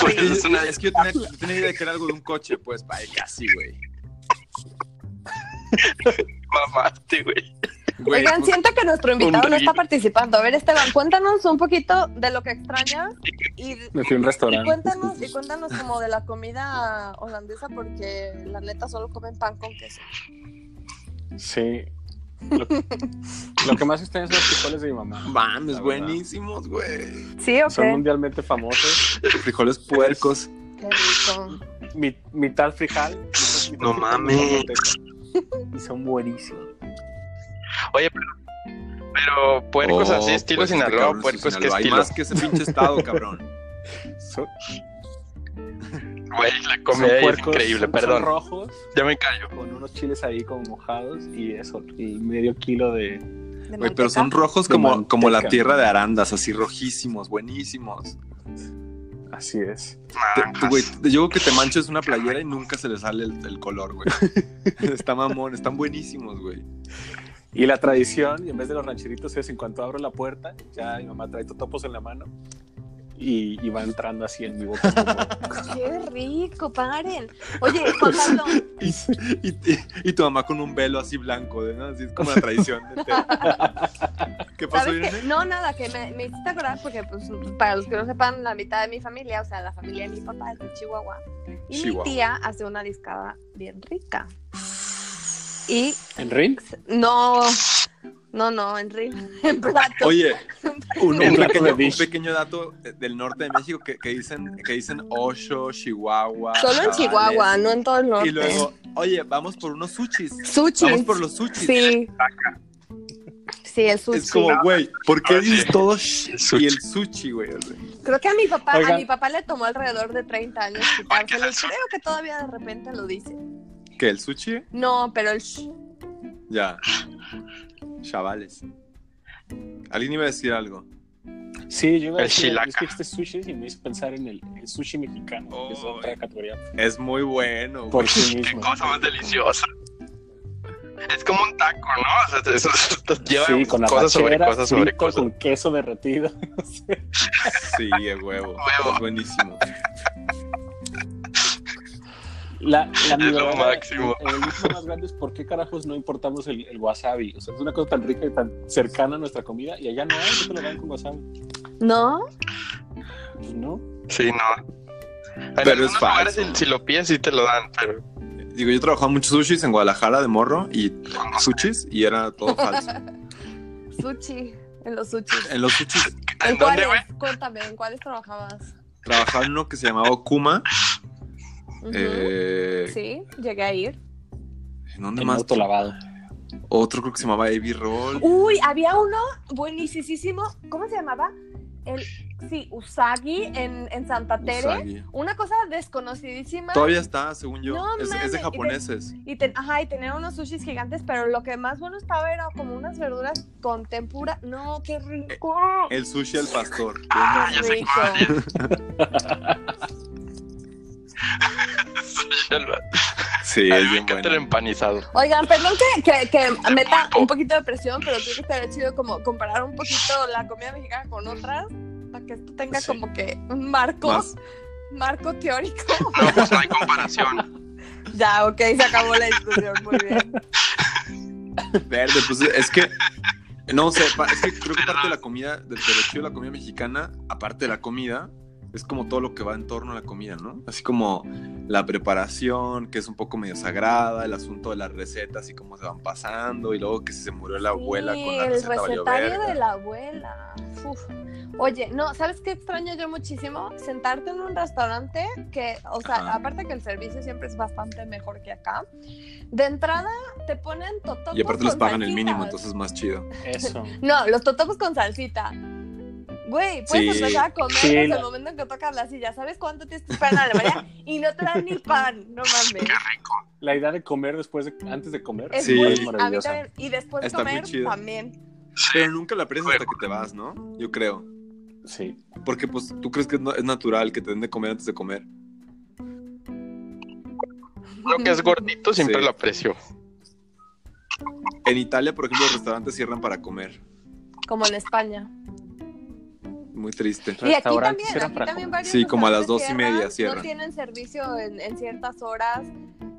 Porque Pues, es, una- es que yo tenía, yo tenía idea de que era algo de un coche, pues, vaya, casi, güey.
Mamaste, güey.
<laughs> Güey,
Oigan,
pues,
siento que nuestro invitado
un
no está
reel.
participando. A ver, Esteban, cuéntanos un poquito de lo que extrañas y,
Me fui a un
y
restaurante.
cuéntanos, y cuéntanos como de la comida holandesa porque la neta solo comen pan con queso.
Sí. Lo, lo que más extraño son los frijoles de mi mamá.
Mames,
la verdad.
buenísimos, güey.
Sí, ok.
Son mundialmente famosos.
Frijoles puercos.
Qué rico.
Mi, mitad frijal. mitad- mitad
No
frijol,
mames.
mitad manteca. Y son buenísimos.
Oye, pero, pero puercos
Oh,
así, estilo
puercos de
Sinaloa,
cabrones de
puercos que
Sinaloa. Hay
estilo.
más que ese pinche estado, <laughs> cabrón.
Son,
Güey, la
son
comida ahí es
puercos,
increíble,
son-
perdón.
Son rojos
Ya me callo.
con unos chiles ahí como mojados y eso. Y medio kilo de.
De
Güey, pero son
manteca.
rojos
De
como, como la
manteca.
tierra de arandas, así rojísimos, buenísimos.
Así es.
Te-
Naranjas.
te- Güey, te- yo creo que te manches una playera y nunca se le sale el, el
<laughs>
color, güey. Está mamón, están buenísimos, güey.
Y la tradición, y en vez de los rancheritos, es en cuanto abro la puerta, ya mi mamá trae totopos en la mano y, y va entrando así en mi boca.
<laughs>
Qué rico, paren. Oye, Juan Pablo,
Y, y- y- y tu mamá con un velo así blanco, ¿no? Así es como la tradición. de té. <laughs> ¿Qué pasó,
¿sabes qué?
Irene?
No, nada, que me, me hiciste acordar porque, pues, para los que no sepan, la mitad de mi familia, o sea, la familia de mi papá es de Chihuahua. Y
Chihuahua.
mi tía hace una discada bien rica. Y
¿En ring?
no, no, no, en rin- <laughs> en plato.
Oye, un, un
Un plato de
pequeño, un
dish.
pequeño dato eh, del norte de México que, que dicen que dicen Osho, Chihuahua.
Solo en
Nogales.
Chihuahua, no en todo el norte.
Y luego, oye, vamos por unos sushis.
Sushi.
Vamos por los sushis.
Sí. Sí, el sushi.
Es como, güey, ¿por qué
Ahora sí.
dices todo sh-
Sushi.
y el sushi, güey? O sea,
Creo que a mi papá, a
Oigan.
mi papá le tomó alrededor de 30 años
Ah,
quitárselo. y Creo que todavía de repente lo dice.
¿Qué, el sushi?
No, pero el sh-
Ya. Chavales. Alguien iba a decir algo.
Sí, yo iba a
El
decir,
shilaca.
es que este sushi y me hizo pensar en el, el sushi mexicano, que es
Oh,
otra
eh.
categoría
Es muy bueno, güey.
por
<laughs>
sí
Qué
mismo.
cosa más deliciosa. Es como un taco, ¿no? O sea, eso, lleva
Sí, con
cosas sobre
arrachera,
cosas sobre
frito,
cosas.
con queso derretido.
Sí, el huevo. Es buenísimo.
La, la mi
<laughs> Es lo
verdadera-
máximo.
El, el mismo más grande es por qué carajos no importamos el, el wasabi. O sea, es una cosa tan rica y tan cercana a nuestra comida y allá no hay, no te lo dan con wasabi.
¿No?
Pues no.
Sí, no. En
Pero es
algunos lugares,
falso.
si- si lo pides, sí te lo dan, pero
Digo, yo trabajaba muchos sushis en Guadalajara de morro y sushis y era todo falso.
Sushi. En los sushis.
En los sushis
¿En,
Ah, ¿En
cuáles?
dónde, güey?
Cuéntame, ¿en cuáles trabajabas?
trabajaba en uno que se llamaba Okuma.
Ujú.
eh,
Sí, llegué a ir.
¿En dónde
En
más?
auto lavado.
Otro creo que se llamaba Heavy Roll.
Uy, había uno buenísimo. ¿Cómo se llamaba? El, sí, Usagi en, en Santa Tere.
Usagi.
Una cosa desconocidísima.
Todavía está, según yo.
No
es, es
mames, y
de
te-
japoneses.
Y, ten- ajá, y tenían unos sushis gigantes, pero lo que más bueno estaba era como unas verduras con tempura. No, qué rico.
El sushi al pastor.
Eh, Ah, ya
Qué
sé
rico.
<laughs> Sí,
a mí
es
me
bien
encanta el
bueno.
empanizado.
Oigan, perdón que, que, que meta un poquito de presión, pero creo que estaría chido como comparar un poquito la comida mexicana con otras, para que esto tenga
Sí.
como que un marco,
Más.
marco teórico.
No, pues no hay comparación.
<laughs> Ya, ok, se acabó la discusión, muy bien.
Verde, pues es que. No sé, pa- es que creo que parte de la comida, del derecho de la comida mexicana, aparte de la comida, es como todo lo que va en torno a la comida, ¿no? Así como la preparación, que es un poco medio sagrada, el asunto de las recetas y cómo se van pasando, y luego que si se murió la abuela
Sí,
con la
el
receta valió
recetario de
verga.
la abuela. Uf. Oye, no, ¿sabes qué extraño yo muchísimo? Sentarte en un restaurante que, o sea,
Ajá.
aparte que el servicio siempre es bastante mejor que acá. De entrada te ponen totopos
Y aparte les
con
pagan el mínimo,
salsitas.
entonces es más chido.
Eso.
No, los totopos con salsita. Güey, puedes
Sí.
empezar a comer
Sí,
desde el
la-
momento en que tocas la silla. ¿Sabes cuánto tienes que esperar en Alemania? Y no te dan ni pan, no mames.
La idea de comer después de, antes de comer
Es
Sí.
muy-
es
a mí
maravillosa.
también. Y después de
Está muy
comer
chido.
también.
Pero nunca la aprendes hasta que te vas, ¿no? Yo creo.
Sí.
Porque pues tú crees que es na- es natural que te den de comer antes de comer.
Lo que es gordito siempre
Sí.
lo aprecio.
En Italia, por ejemplo, los restaurantes cierran para comer.
Como en España.
Muy triste.
Y aquí también, aquí también varios
Sí, como a las dos
restaurantes
y media
cierran,
cierran.
No tienen servicio en, en ciertas horas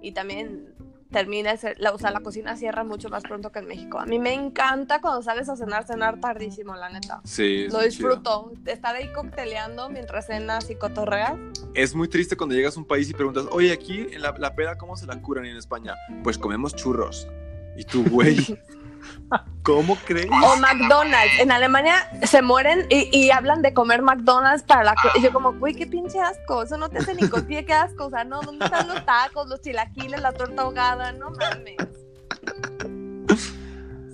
y también termina, el ser- la, o sea, la cocina cierra mucho más pronto que en México. A mí me encanta cuando sales a cenar, cenar tardísimo, la neta.
Sí, es
Lo
muy chido.
disfruto, estar ahí cocteleando mientras cenas y cotorreas.
Es muy triste cuando llegas a un país y preguntas, oye, aquí en la, la peda, ¿cómo se la curan en España? Pues comemos churros. Y tú,
<laughs>
güey, ¿cómo crees?
O McDonald's. En Alemania se mueren y, y hablan de comer McDonald's para la... co- Y yo como, güey, qué pinche asco. Eso no te hace ni cosquilla, qué asco. O sea, no, ¿dónde están los tacos, los chilaquiles, la torta ahogada? No mames.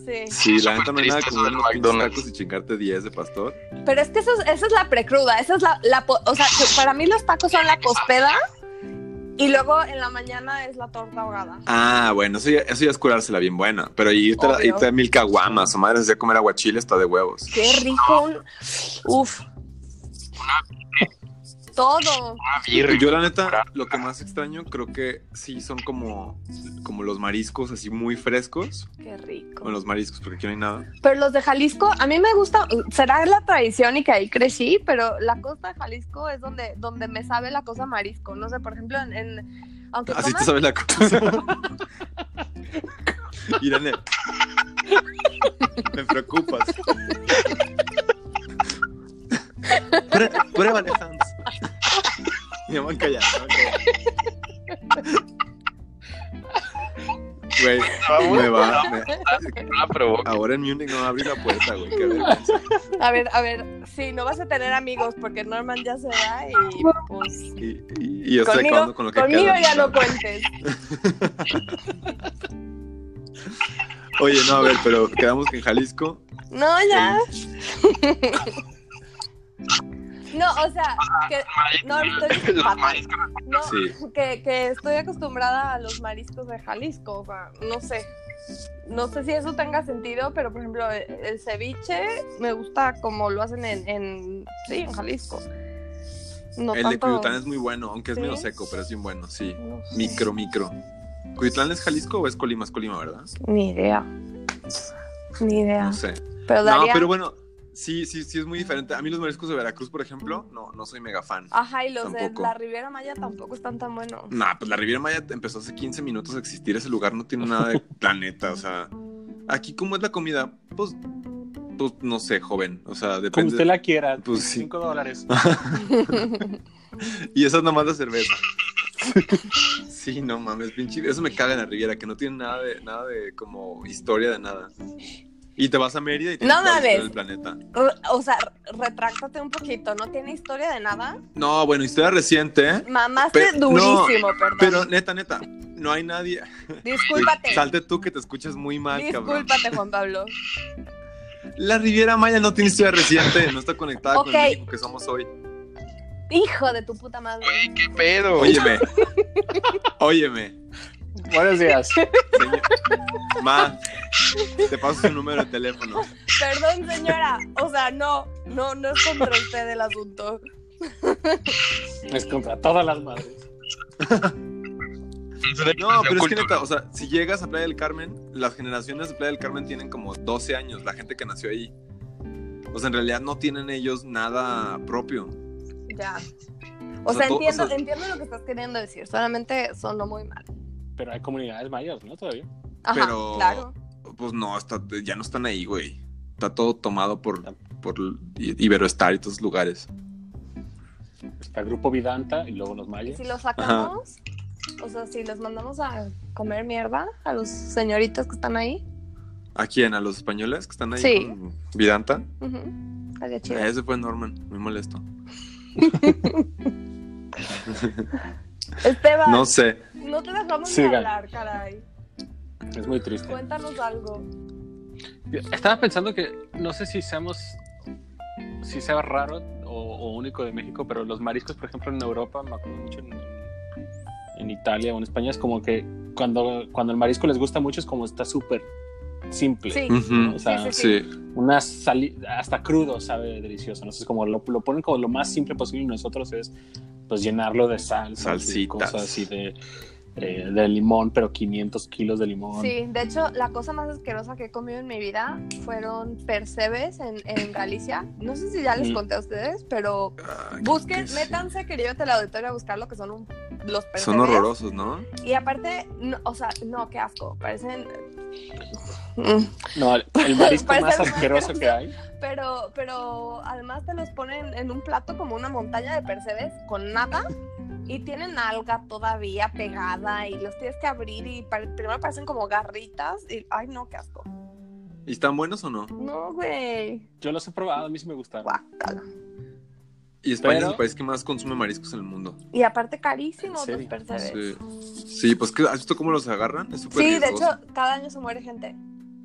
Sí.
Sí, la neta no hay nada como unos pinches tacos y chingarte 10 de pastor.
Pero es que eso, es- esa es la precruda. Esa es la, la po- O sea, que para mí los tacos son la cospeda y luego en la mañana es la torta ahogada.
Ah, bueno, eso ya, eso ya es curársela bien buena. Pero irte, a-
Obvio.
irte a mil caguamas o madres de comer aguachile está de huevos.
Qué rico. un- Uf. Todo.
Yo la neta, lo que más extraño creo que sí son como, como los mariscos así muy frescos.
Qué rico.
Bueno, los mariscos, porque aquí no hay nada.
Pero los de Jalisco, a mí me gusta, será la tradición y que ahí crecí, pero la costa de Jalisco es donde, donde me sabe la cosa marisco. No sé, por ejemplo, en... en- aunque
Así te
comas-
sabes
<laughs>
la cosa. Irene. Me preocupas. Prue- Pruébale, Hans. Me voy a callar. me voy a callar. Güey,
Vamos.
me va. me-
Ah,
No la probó.
Ahora en Munich no abrí la puerta, güey. qué vergüenza.
A ver, a ver, sí, no vas a tener amigos porque Norman ya se va y pues...
Y, y- y yo estoy
conmigo-
acabando con lo que
conmigo
queda.
ya no cuentes.
Oye, no, a ver, pero quedamos que en Jalisco. eh,
No, ya. no, o sea, que... No, estoy fatal. No,
Sí.
que, que estoy acostumbrada a los mariscos de Jalisco, o sea, no sé. No sé si eso tenga sentido, pero por ejemplo, el, el ceviche me gusta como lo hacen en, en- sí, en Jalisco. No
el de
tanto-
Cuyutlán es muy bueno, aunque es
¿Sí?
medio seco, pero es bien bueno, sí.
No sé.
Micro, micro. ¿Cuyutlán es Jalisco o es Colima? Es Colima, ¿verdad?
Ni idea. Ni idea.
No sé.
Pero daría-
No, pero bueno, sí, sí, sí es muy diferente. A mí los mariscos de Veracruz, por ejemplo, no, no soy mega fan.
Ajá, y los
Tampoco.
de la Riviera Maya tampoco están tan buenos.
Nah, pues la Riviera Maya empezó hace 15 minutos a existir. Ese lugar no tiene nada
<laughs>
de planeta, o sea. Aquí, ¿cómo es la comida? Pues, pues no sé, joven. O sea, depende.
Como usted la quiera,
Pues sí.
5 dólares.
<laughs> Y esa es nomás la cerveza. <laughs> Sí, no mames, pinche. Eso me caga en la Riviera, que no tiene nada de, nada de como historia de nada. Y te vas a Mérida y tienes
No
toda la historia
mames.
del planeta.
Re- O sea, retráctate un poquito, no tiene historia de nada.
No, bueno, historia reciente, ¿eh?
Mamaste
Pe- no,
durísimo, perdón.
Pero neta, neta, no hay nadie.
Discúlpate.
Salte tú que te escuchas muy mal, cabrón.
Discúlpate, Juan Pablo.
La Riviera Maya no tiene historia reciente, no está conectada
Ok.
con el México que somos hoy.
Hijo de tu puta madre.
¿Qué pedo?
Óyeme. Óyeme.
Buenos días.
Ma, te paso su número de teléfono.
Perdón, señora. O sea, no, no, no es contra usted el asunto.
Es contra todas las madres.
No, pero es que neta, o sea, si llegas a Playa del Carmen, las generaciones de Playa del Carmen tienen como 12 años, la gente que nació ahí. O sea, en realidad no tienen ellos nada propio.
Ya. O,
O
sea,
sea, tú- o
entiendo,
sea-
entiendo lo que estás queriendo decir. Solamente sonó muy mal.
Pero hay comunidades mayores, ¿no? Todavía.
Ajá,
Pero-
claro.
Pues no, está- ya no están ahí, güey. Está todo tomado por, por I- Iberoestar y todos esos lugares.
Está el grupo Vidanta y luego los
¿Y
mayas.
si los sacamos? O sea, si los mandamos a comer mierda a los señoritas que están ahí.
¿A quién? ¿A los españoles que están ahí?
Sí.
con Vidanta.
Ujú. Estaría chido.
A ese fue Norman, muy molesto.
Esteban,
No sé.
no te dejamos
Sí,
ni
Gaby.
hablar, caray.
Es muy triste.
Cuéntanos algo.
Estaba pensando que no sé si seamos si sea raro o, o único de México, pero los mariscos, por ejemplo, en Europa, me acuerdo mucho en, en Italia o en España, es como que cuando, cuando el marisco les gusta mucho es como está súper simple.
Sí.
<laughs>
¿no?
Ujú.
O sea,
Sí.
una sali- hasta crudo sabe delicioso. No sé, es como lo, lo ponen como lo más simple posible y nosotros es pues llenarlo de salsa,
Salsitas.
cosas así de eh, de limón, pero 500 kilos de limón.
Sí, de hecho, la cosa más asquerosa que he comido en mi vida fueron percebes en, en Galicia. No sé si ya les
Mm.
conté a ustedes, pero busquen, métanse, querido teleauditorio, a buscar lo que son un- los percebes.
Son horrorosos, ¿no?
Y aparte, no, o sea, no, qué asco. Parecen.
No, el-
<laughs>
el marisco
Parece
más
algo
asqueroso que hay.
Pero, pero además te los ponen en un plato como una montaña de percebes con nada y tienen alga todavía pegada y los tienes que abrir y pare- primero parecen como garritas y ay no, qué asco.
¿Y están buenos o no?
No, güey.
Yo los he probado, a mí sí me gustaron.
Y España
Pero-
es el país que más consume mariscos en el mundo.
Y aparte carísimo
¿En
los
serio?
percebes. Sí,
Sí. Sí, pues ¿qué- ¿has visto cómo los agarran? Es súper
de
riesgoso.
hecho, cada año se muere gente.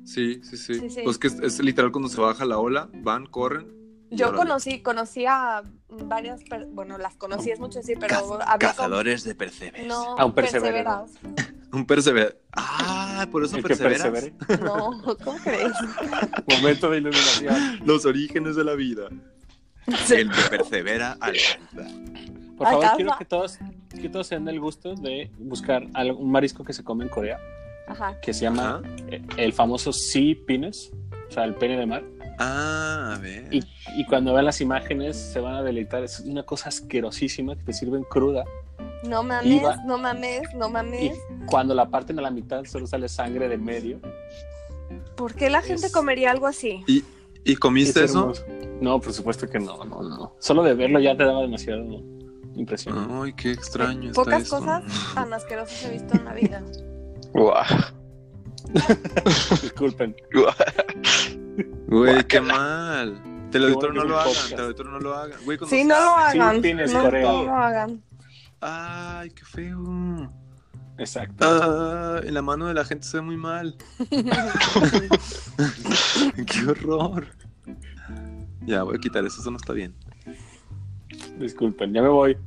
Sí, sí, sí.
Sí, sí.
Pues que es, es literal cuando se baja la ola, van, corren. y
Yo
órale.
conocí, conocí a varias, per- bueno, las conocí es mucho decir, pero hablé con-
Cazadores de percebes.
No,
Ah, un perseverero.
perseverados.
Un persever. Ah, por eso
El que
perseveras.
persevere.
No, <laughs> ¿cómo crees?
Momento de iluminación.
Los orígenes de la vida. El que persevera alcanza.
<laughs> Por favor,
Acaba.
quiero que todos, que todos se den el gusto de buscar algo- un marisco que se come en Corea,
Ajá.
que se llama eh, el famoso sea pines, o sea, el pene de mar.
Ah, a ver.
Y, y cuando vean las imágenes se van a deleitar. Es una cosa asquerosísima que te sirven cruda.
No
Iba.
mames, no mames, no
Y
mames.
cuando la parten a la mitad solo sale sangre de medio.
¿Por qué la gente comería algo así?
¿Y, y comiste
Es
eso?
hermoso. No, por supuesto que no, no, no. Solo de verlo ya te daba demasiado impresión.
Ay, qué extraño. está
Pocas
eso.
cosas tan asquerosas he visto en la vida.
Guau,
Disculpen.
guau.
Güey, qué mal. Teleauditorio no
Qué bueno
lo
que es un
hagan.
podcast.
Teleauditorio no lo hagan. Güey, cuando
Sí, no lo
Sí,
hagan.
tienes
no,
Corea.
no lo hagan.
Ay, qué feo.
Exacto.
Ah, en la mano de la gente se ve muy mal. qué horror. Ya, voy a quitar eso, eso no está bien.
Disculpen, ya me voy.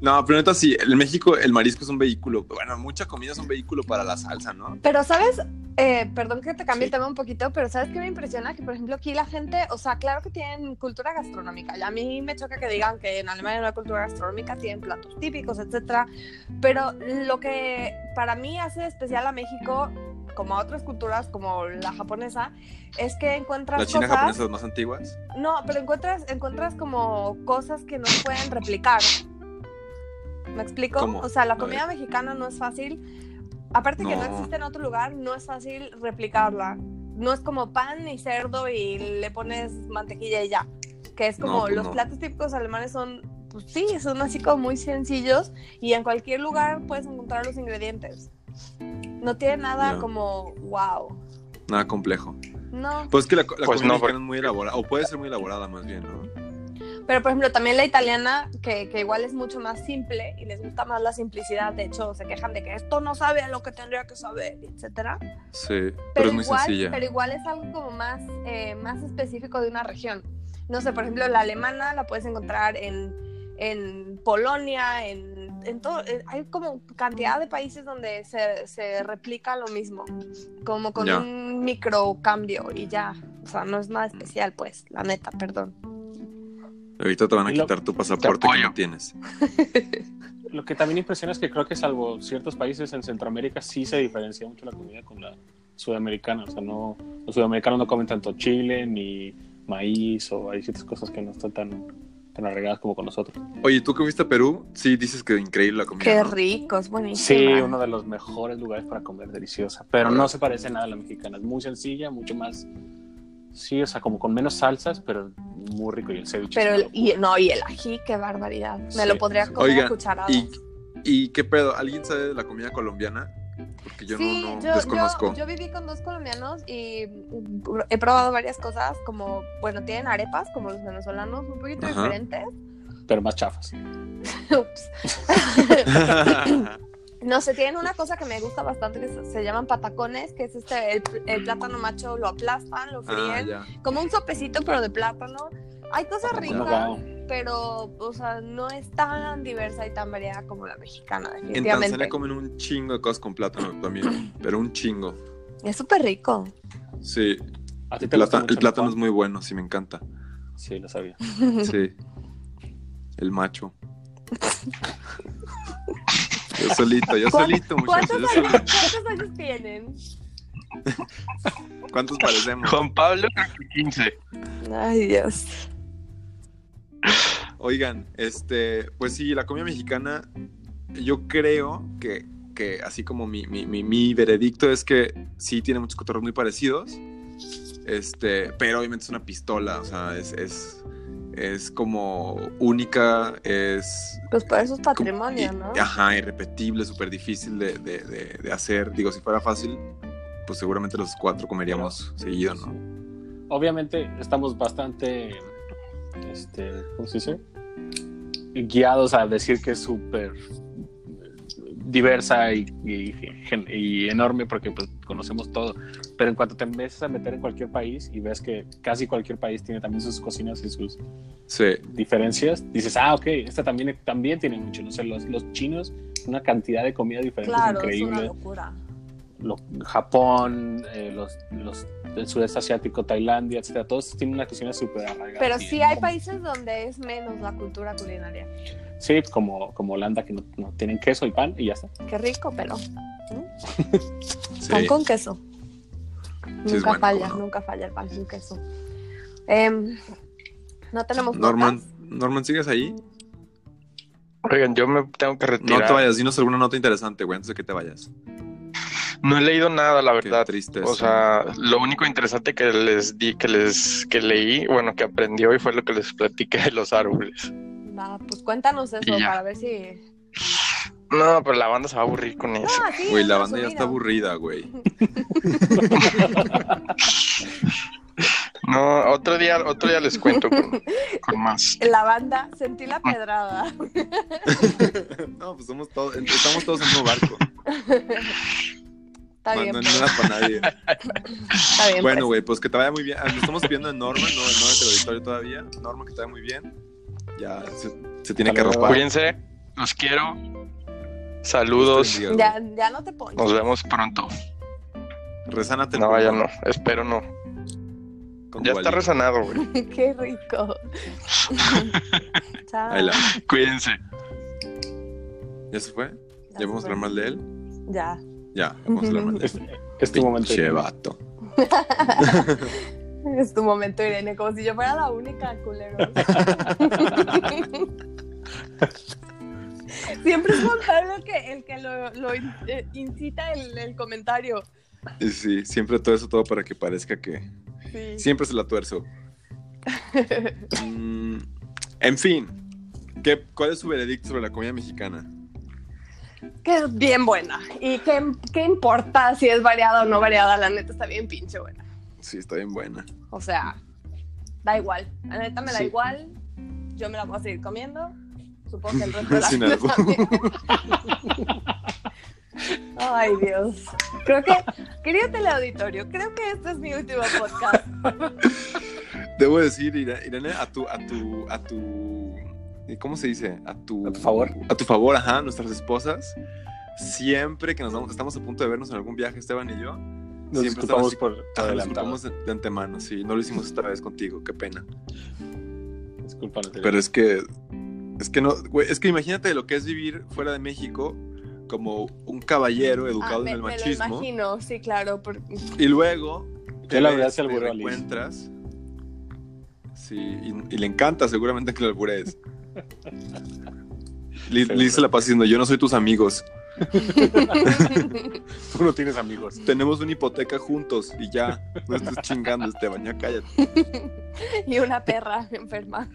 No, pero neta sí, en México el marisco es un vehículo. Bueno, mucha comida es un vehículo para la salsa, ¿no?
Pero, ¿sabes? Eh, perdón que te cambie el
Sí.
tema un poquito, pero ¿sabes qué me impresiona? Que, por ejemplo, aquí la gente, o sea, claro que tienen cultura gastronómica. Y a mí me choca que digan que en Alemania no hay cultura gastronómica, tienen platos típicos, etcétera. Pero lo que para mí hace especial a México, como a otras culturas, como la japonesa, es que encuentras
La China
cosas...
japonesa, las más antiguas.
No, pero encuentras, encuentras como cosas que no se pueden replicar. ¿Me explico?
¿Cómo?
O sea, la
A
comida mexicana no es fácil. Aparte que no
No.
existe en otro lugar, no es fácil replicarla. No es como pan ni cerdo y le pones mantequilla y ya. Que es como
No, pues
los
no.
platos típicos alemanes son, pues sí, son así como muy sencillos y en cualquier lugar puedes encontrar los ingredientes. No tiene nada
Ya.
como wow.
Nada complejo.
No.
Pues es que la, co- la
Pues no,
comida mexicana
porque-
es muy elaborada, o puede ser muy elaborada más bien, ¿no?
Pero, por ejemplo, también la italiana, que, que igual es mucho más simple y les gusta más la simplicidad. De hecho, se quejan de que esto no sabe a lo que tendría que saber, etcétera. Pero,
Sí, pero, es muy
igual,
sencilla.
pero igual es algo como más, eh, más específico de una región. No sé, por ejemplo, la alemana la puedes encontrar en, en Polonia, en, en todo. eh, Hay como cantidad de países donde se, se replica lo mismo, como con
Ya.
un micro cambio y ya. O sea, no es nada especial, pues, la neta, perdón.
Ahorita te van a
Y lo-
quitar tu pasaporte que
apoyo.
no tienes.
Lo que también impresiona es que creo que salvo ciertos países en Centroamérica sí se diferencia mucho la comida con la sudamericana. O sea, no, los sudamericanos no comen tanto chile ni maíz o hay ciertas cosas que no están tan, tan arregladas como con nosotros.
Oye, ¿tú que fuiste a Perú? Sí, dices que increíble la comida.
Qué
¿no?
rico, es buenísimo.
Sí, uno de los mejores lugares para comer deliciosa, pero no se parece nada a la mexicana. Es muy sencilla, mucho más... Sí, o sea, como con menos salsas, pero muy rico y el ceviche.
Pero
es
el,
una
y, no, y el ají, qué barbaridad. Me
Sí,
lo podría
sí.
comer a
Oigan,
cucharadas.
¿Y, ¿Y qué pedo? ¿Alguien sabe de la comida colombiana? Porque yo
sí,
no, no
yo, yo,
desconozco. <laughs>
<laughs> yo viví con dos colombianos y mm, he probado varias cosas, como, bueno, tienen arepas, como los venezolanos, un poquito
Ajá.
diferentes. <laughs>
pero más chafas.
Ups. <laughs>
Ah,
no sé, tienen una cosa que me gusta bastante que se, se llaman patacones, que es este, el, el plátano macho, lo aplastan, lo
ah,
fríen,
ya.
como un sopecito, pero de plátano. Hay cosas ricas,
Como, wow.
pero, o sea, no es tan diversa y tan variada como la mexicana,
En
definitivamente.
Tanzania comen un chingo de cosas con plátano también, pero un chingo.
Es súper rico.
Sí,
¿A ti
el,
te gusta
plata-
mucho
el plátano es
pan?
muy bueno, sí, me encanta.
Sí, lo sabía.
<laughs>
Sí, el macho. Yo solito, yo
¿Cuán-
solito, muchachos.
¿Cuántos
Yo
años,
solito.
cuántos años tienen?
¿Cuántos parecemos?
Juan Pablo, creo que 15.
Ay, Dios.
Oigan, este, pues sí, la comida mexicana, yo creo que, que así como mi, mi- mi- mi veredicto es que sí tiene muchos cotorros muy parecidos, este, pero obviamente es una pistola, o sea, es, es, es como única, es...
Pues por eso es patrimonio, ¿no?
Ajá, irrepetible, súper difícil de, de- de- de hacer. Digo, si fuera fácil, pues seguramente los cuatro comeríamos seguido, ¿no?
obviamente estamos bastante, este, ¿cómo se dice? Guiados a decir que es súper eh, diversa y, y gen- y enorme porque pues, conocemos todo. Pero en cuanto te empiezas a meter en cualquier país y ves que casi cualquier país tiene también sus cocinas y sus
Sí.
diferencias, dices, ah, ok, esta también, también tiene mucho. No sé, los, los chinos, una cantidad de comida diferente
Claro, es
increíble
una locura.
lo- Japón, eh, los, los del sudeste asiático, Tailandia, etcétera, todos tienen una cocina súper arraigada.
Pero sí hay países donde es menos la cultura culinaria.
Sí, como, como Holanda, que no, no tienen queso y pan y ya está.
Qué rico, pero
Sí.
pan con queso.
Sí, es
nunca
bueno,
falla,
¿cómo no?
nunca falla el pan con queso. Em, no tenemos
Norman,
notas?
Norman, ¿sigues ahí?
Oigan, yo me tengo que
No
retirar.
te vayas, dinos alguna nota interesante, güey, antes de que te vayas.
No he leído nada, la verdad.
tristeza.
O sea, lo único interesante que les di, que les, que leí, bueno, que aprendí hoy fue lo que les platiqué de los árboles.
Va, pues cuéntanos eso
Y ya.
para ver si.
No, pero la banda se va a aburrir con eso.
Ah, sí,
Güey, la
es
banda ya está
resumido. <laughs>
aburrida, güey.
No, otro día, otro día les cuento <laughs> con, con más.
La banda, sentí la
Ah.
pedrada.
No, pues somos todos, estamos todos en un barco.
Está
Man,
bien,
no hay
pues,
nada
<laughs>
para nadie.
está bien.
Bueno,
pues.
güey, pues que te vaya muy bien. Ah, Lo estamos viendo en Norman, no, no en el auditorio todavía. Norman, que te vaya muy bien. Ya se, se tiene que
Hasta luego.
arropar.
Cuídense, los quiero. Saludos,
Dios,
Ya, ya no te pongo.
nos vemos pronto.
Resánate.
No, ya no, espero no.
Con
Ya está
Dualipa.
resanado, güey.
<laughs> Qué rico. Chao.
Ahí la.
Cuídense.
¿Ya se fue?
Ya
¿Ya vamos a
se fue.
hablar más de él?
Ya.
Ya, vamos a
<laughs>
hablar más de
Es,
él.
es tu momento.
Pinche vato.
Es tu momento, Irene, como si yo fuera la única culero. Siempre es Juan Pablo el que, el que lo, lo in- eh, incita el, el comentario.
Y sí, siempre todo eso, todo para que parezca que.
Sí.
Siempre se la tuerzo. Mm, en fin, ¿qué, ¿cuál es su veredicto sobre la comida mexicana?
Que es bien buena. ¿Y qué, qué importa si es variada o no variada? La neta está bien pinche buena.
Sí, está bien buena.
O sea, da igual. La neta me da
Sí.
igual. Yo me la voy a seguir comiendo. Supongo que el
<laughs>
resto de la
Sin
gente
albur.
también. Ay, Dios. Creo que, querido teleauditorio, creo que este es mi último podcast.
Debo decir, Ira- Irene, a tu, a tu, a tu, eh, ¿cómo se dice? A tu,
A tu favor.
A tu favor, ajá, nuestras esposas. Siempre que nos vamos, estamos a punto de vernos en algún viaje, Esteban y yo,
Nos
Siempre estamos
disculpamos
así-
por, por
ah, nos
adelantado.
disculpamos de, de antemano, sí, no lo hicimos esta vez contigo, qué pena.
Discúlpanos, Irene.
Pero es que, es que no, güey, es que imagínate lo que es vivir fuera de México como un caballero <laughs> educado
Ah, me,
en el
me lo
machismo
imagino, sí, claro. por- <laughs>
y luego
Yo la verdad
ves,
se alburó a Liz.
encuentras, sí, y, y le encanta seguramente que lo
<laughs>
alburees. Liz,
Seguro.
Liz se la pasa diciendo, yo no soy tus amigos,
Tú no tienes amigos.
tenemos una hipoteca juntos y ya, no estés chingando Esteban, ya cállate,
y una perra enferma.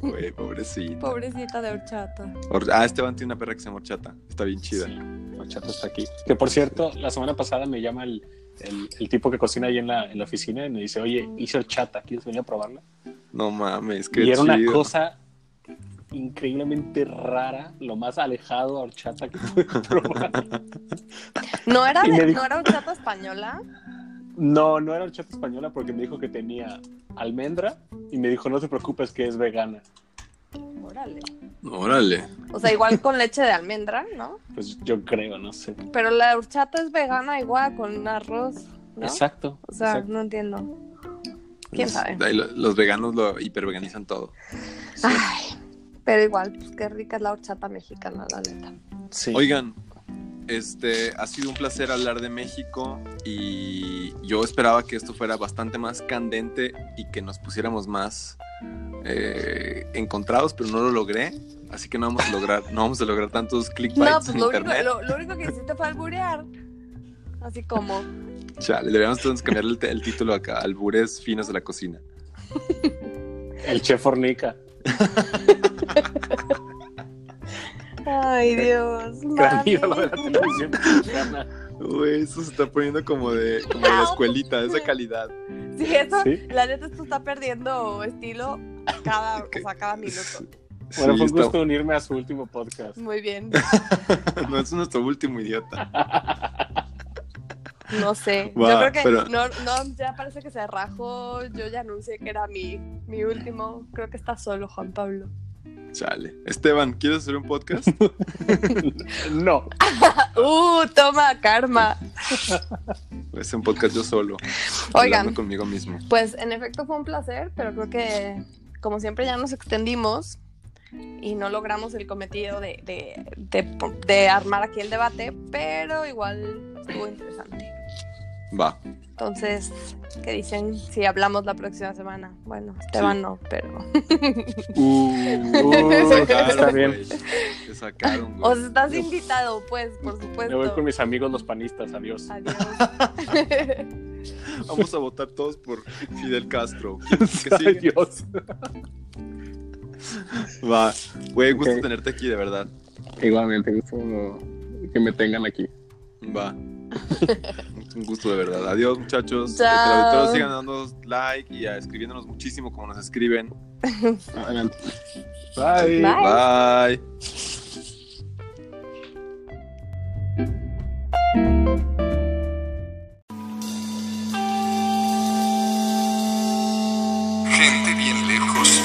güey, pobrecito.
Pobrecita de horchata.
Or- Ah, Esteban tiene una perra que se llama Horchata, está bien chida.
Sí, Machado está aquí. Que por cierto, la semana pasada me llama el, el- el tipo que cocina ahí en la, en la oficina y me dice, oye, hice horchata, ¿quieres venir a probarla?
No mames, qué
Y era una
chido.
cosa increíblemente rara, lo más alejado a horchata
<laughs>
que pude probar.
¿No era,
Y
de-
me dijo-
¿No era horchata española?
No, no era horchata española porque me dijo que tenía almendra y me dijo, no te preocupes que es vegana.
Órale.
Órale.
O sea, igual con leche de almendra, ¿no?
Pues yo creo, no sé.
Pero la horchata es vegana igual con arroz, ¿no?
Exacto.
O sea,
exacto.
no entiendo. ¿Quién sabe?
Ahí lo- Los veganos lo hiperveganizan todo.
Ay, Pero igual, pues qué rica es la horchata mexicana, la neta.
Oigan, este ha sido un placer hablar de México y yo esperaba que esto fuera bastante más candente y que nos pusiéramos más eh, encontrados, pero no lo logré. Así que no vamos a lograr, no vamos a lograr tantos clickbaits
No, pues
en
lo único,
internet.
lo, lo único que hiciste fue alburear. Así como.
Chale, deberíamos entonces cambiarle el, te- el título acá, albures finos de la cocina.
El chef fornica.
Ay, Dios.
<laughs> Gran
mami.
ídolo
<laughs>
de la televisión mexicana.
Uy, eso se está poniendo como de, como de la escuelita, de esa calidad.
Sí, eso,
Sí.
la neta, esto está perdiendo estilo cada, o sea, cada minuto.
Bueno,
Sí,
fue un
está-
gusto unirme a su último podcast.
Muy bien.
<laughs> no es nuestro último idiota.
No sé.
Va,
yo creo que
pero-
no, no, ya parece que se rajó. Yo ya anuncié que era mi, mi último. Creo que está solo Juan Pablo.
Chale. Esteban, ¿quieres hacer
<laughs>
un podcast?
<laughs> no.
Ah.
¡Uh! Toma, karma.
Es un podcast yo solo.
Oigan.
hablando conmigo mismo.
Pues en efecto fue un placer, pero creo que como siempre ya nos extendimos y no logramos el cometido de, de- de- de armar aquí el debate, pero igual estuvo interesante.
Va.
Entonces, ¿qué dicen si hablamos la próxima semana? Bueno, Esteban no, pero...
Uh, <laughs> está bien.
Te sacaron,
Os estás invitado, pues, por
Me voy con
supuesto.
mis amigos los panistas. Adiós.
Adiós.
<laughs>
Vamos a votar todos por Fidel
<laughs>
Castro. ¿Qué sigue?
Adiós.
Va. Güey, gusto
Ok.
tenerte aquí, de verdad.
Igualmente, gusto que me tengan aquí.
<laughs>
Va. Un gusto de verdad. Adiós, muchachos.
Chao.
Que el auditorio sigan dándonos like y ah, escribiéndonos muchísimo como nos escriben.
Adelante.
Bye.
Bye.
Gente bien lejos,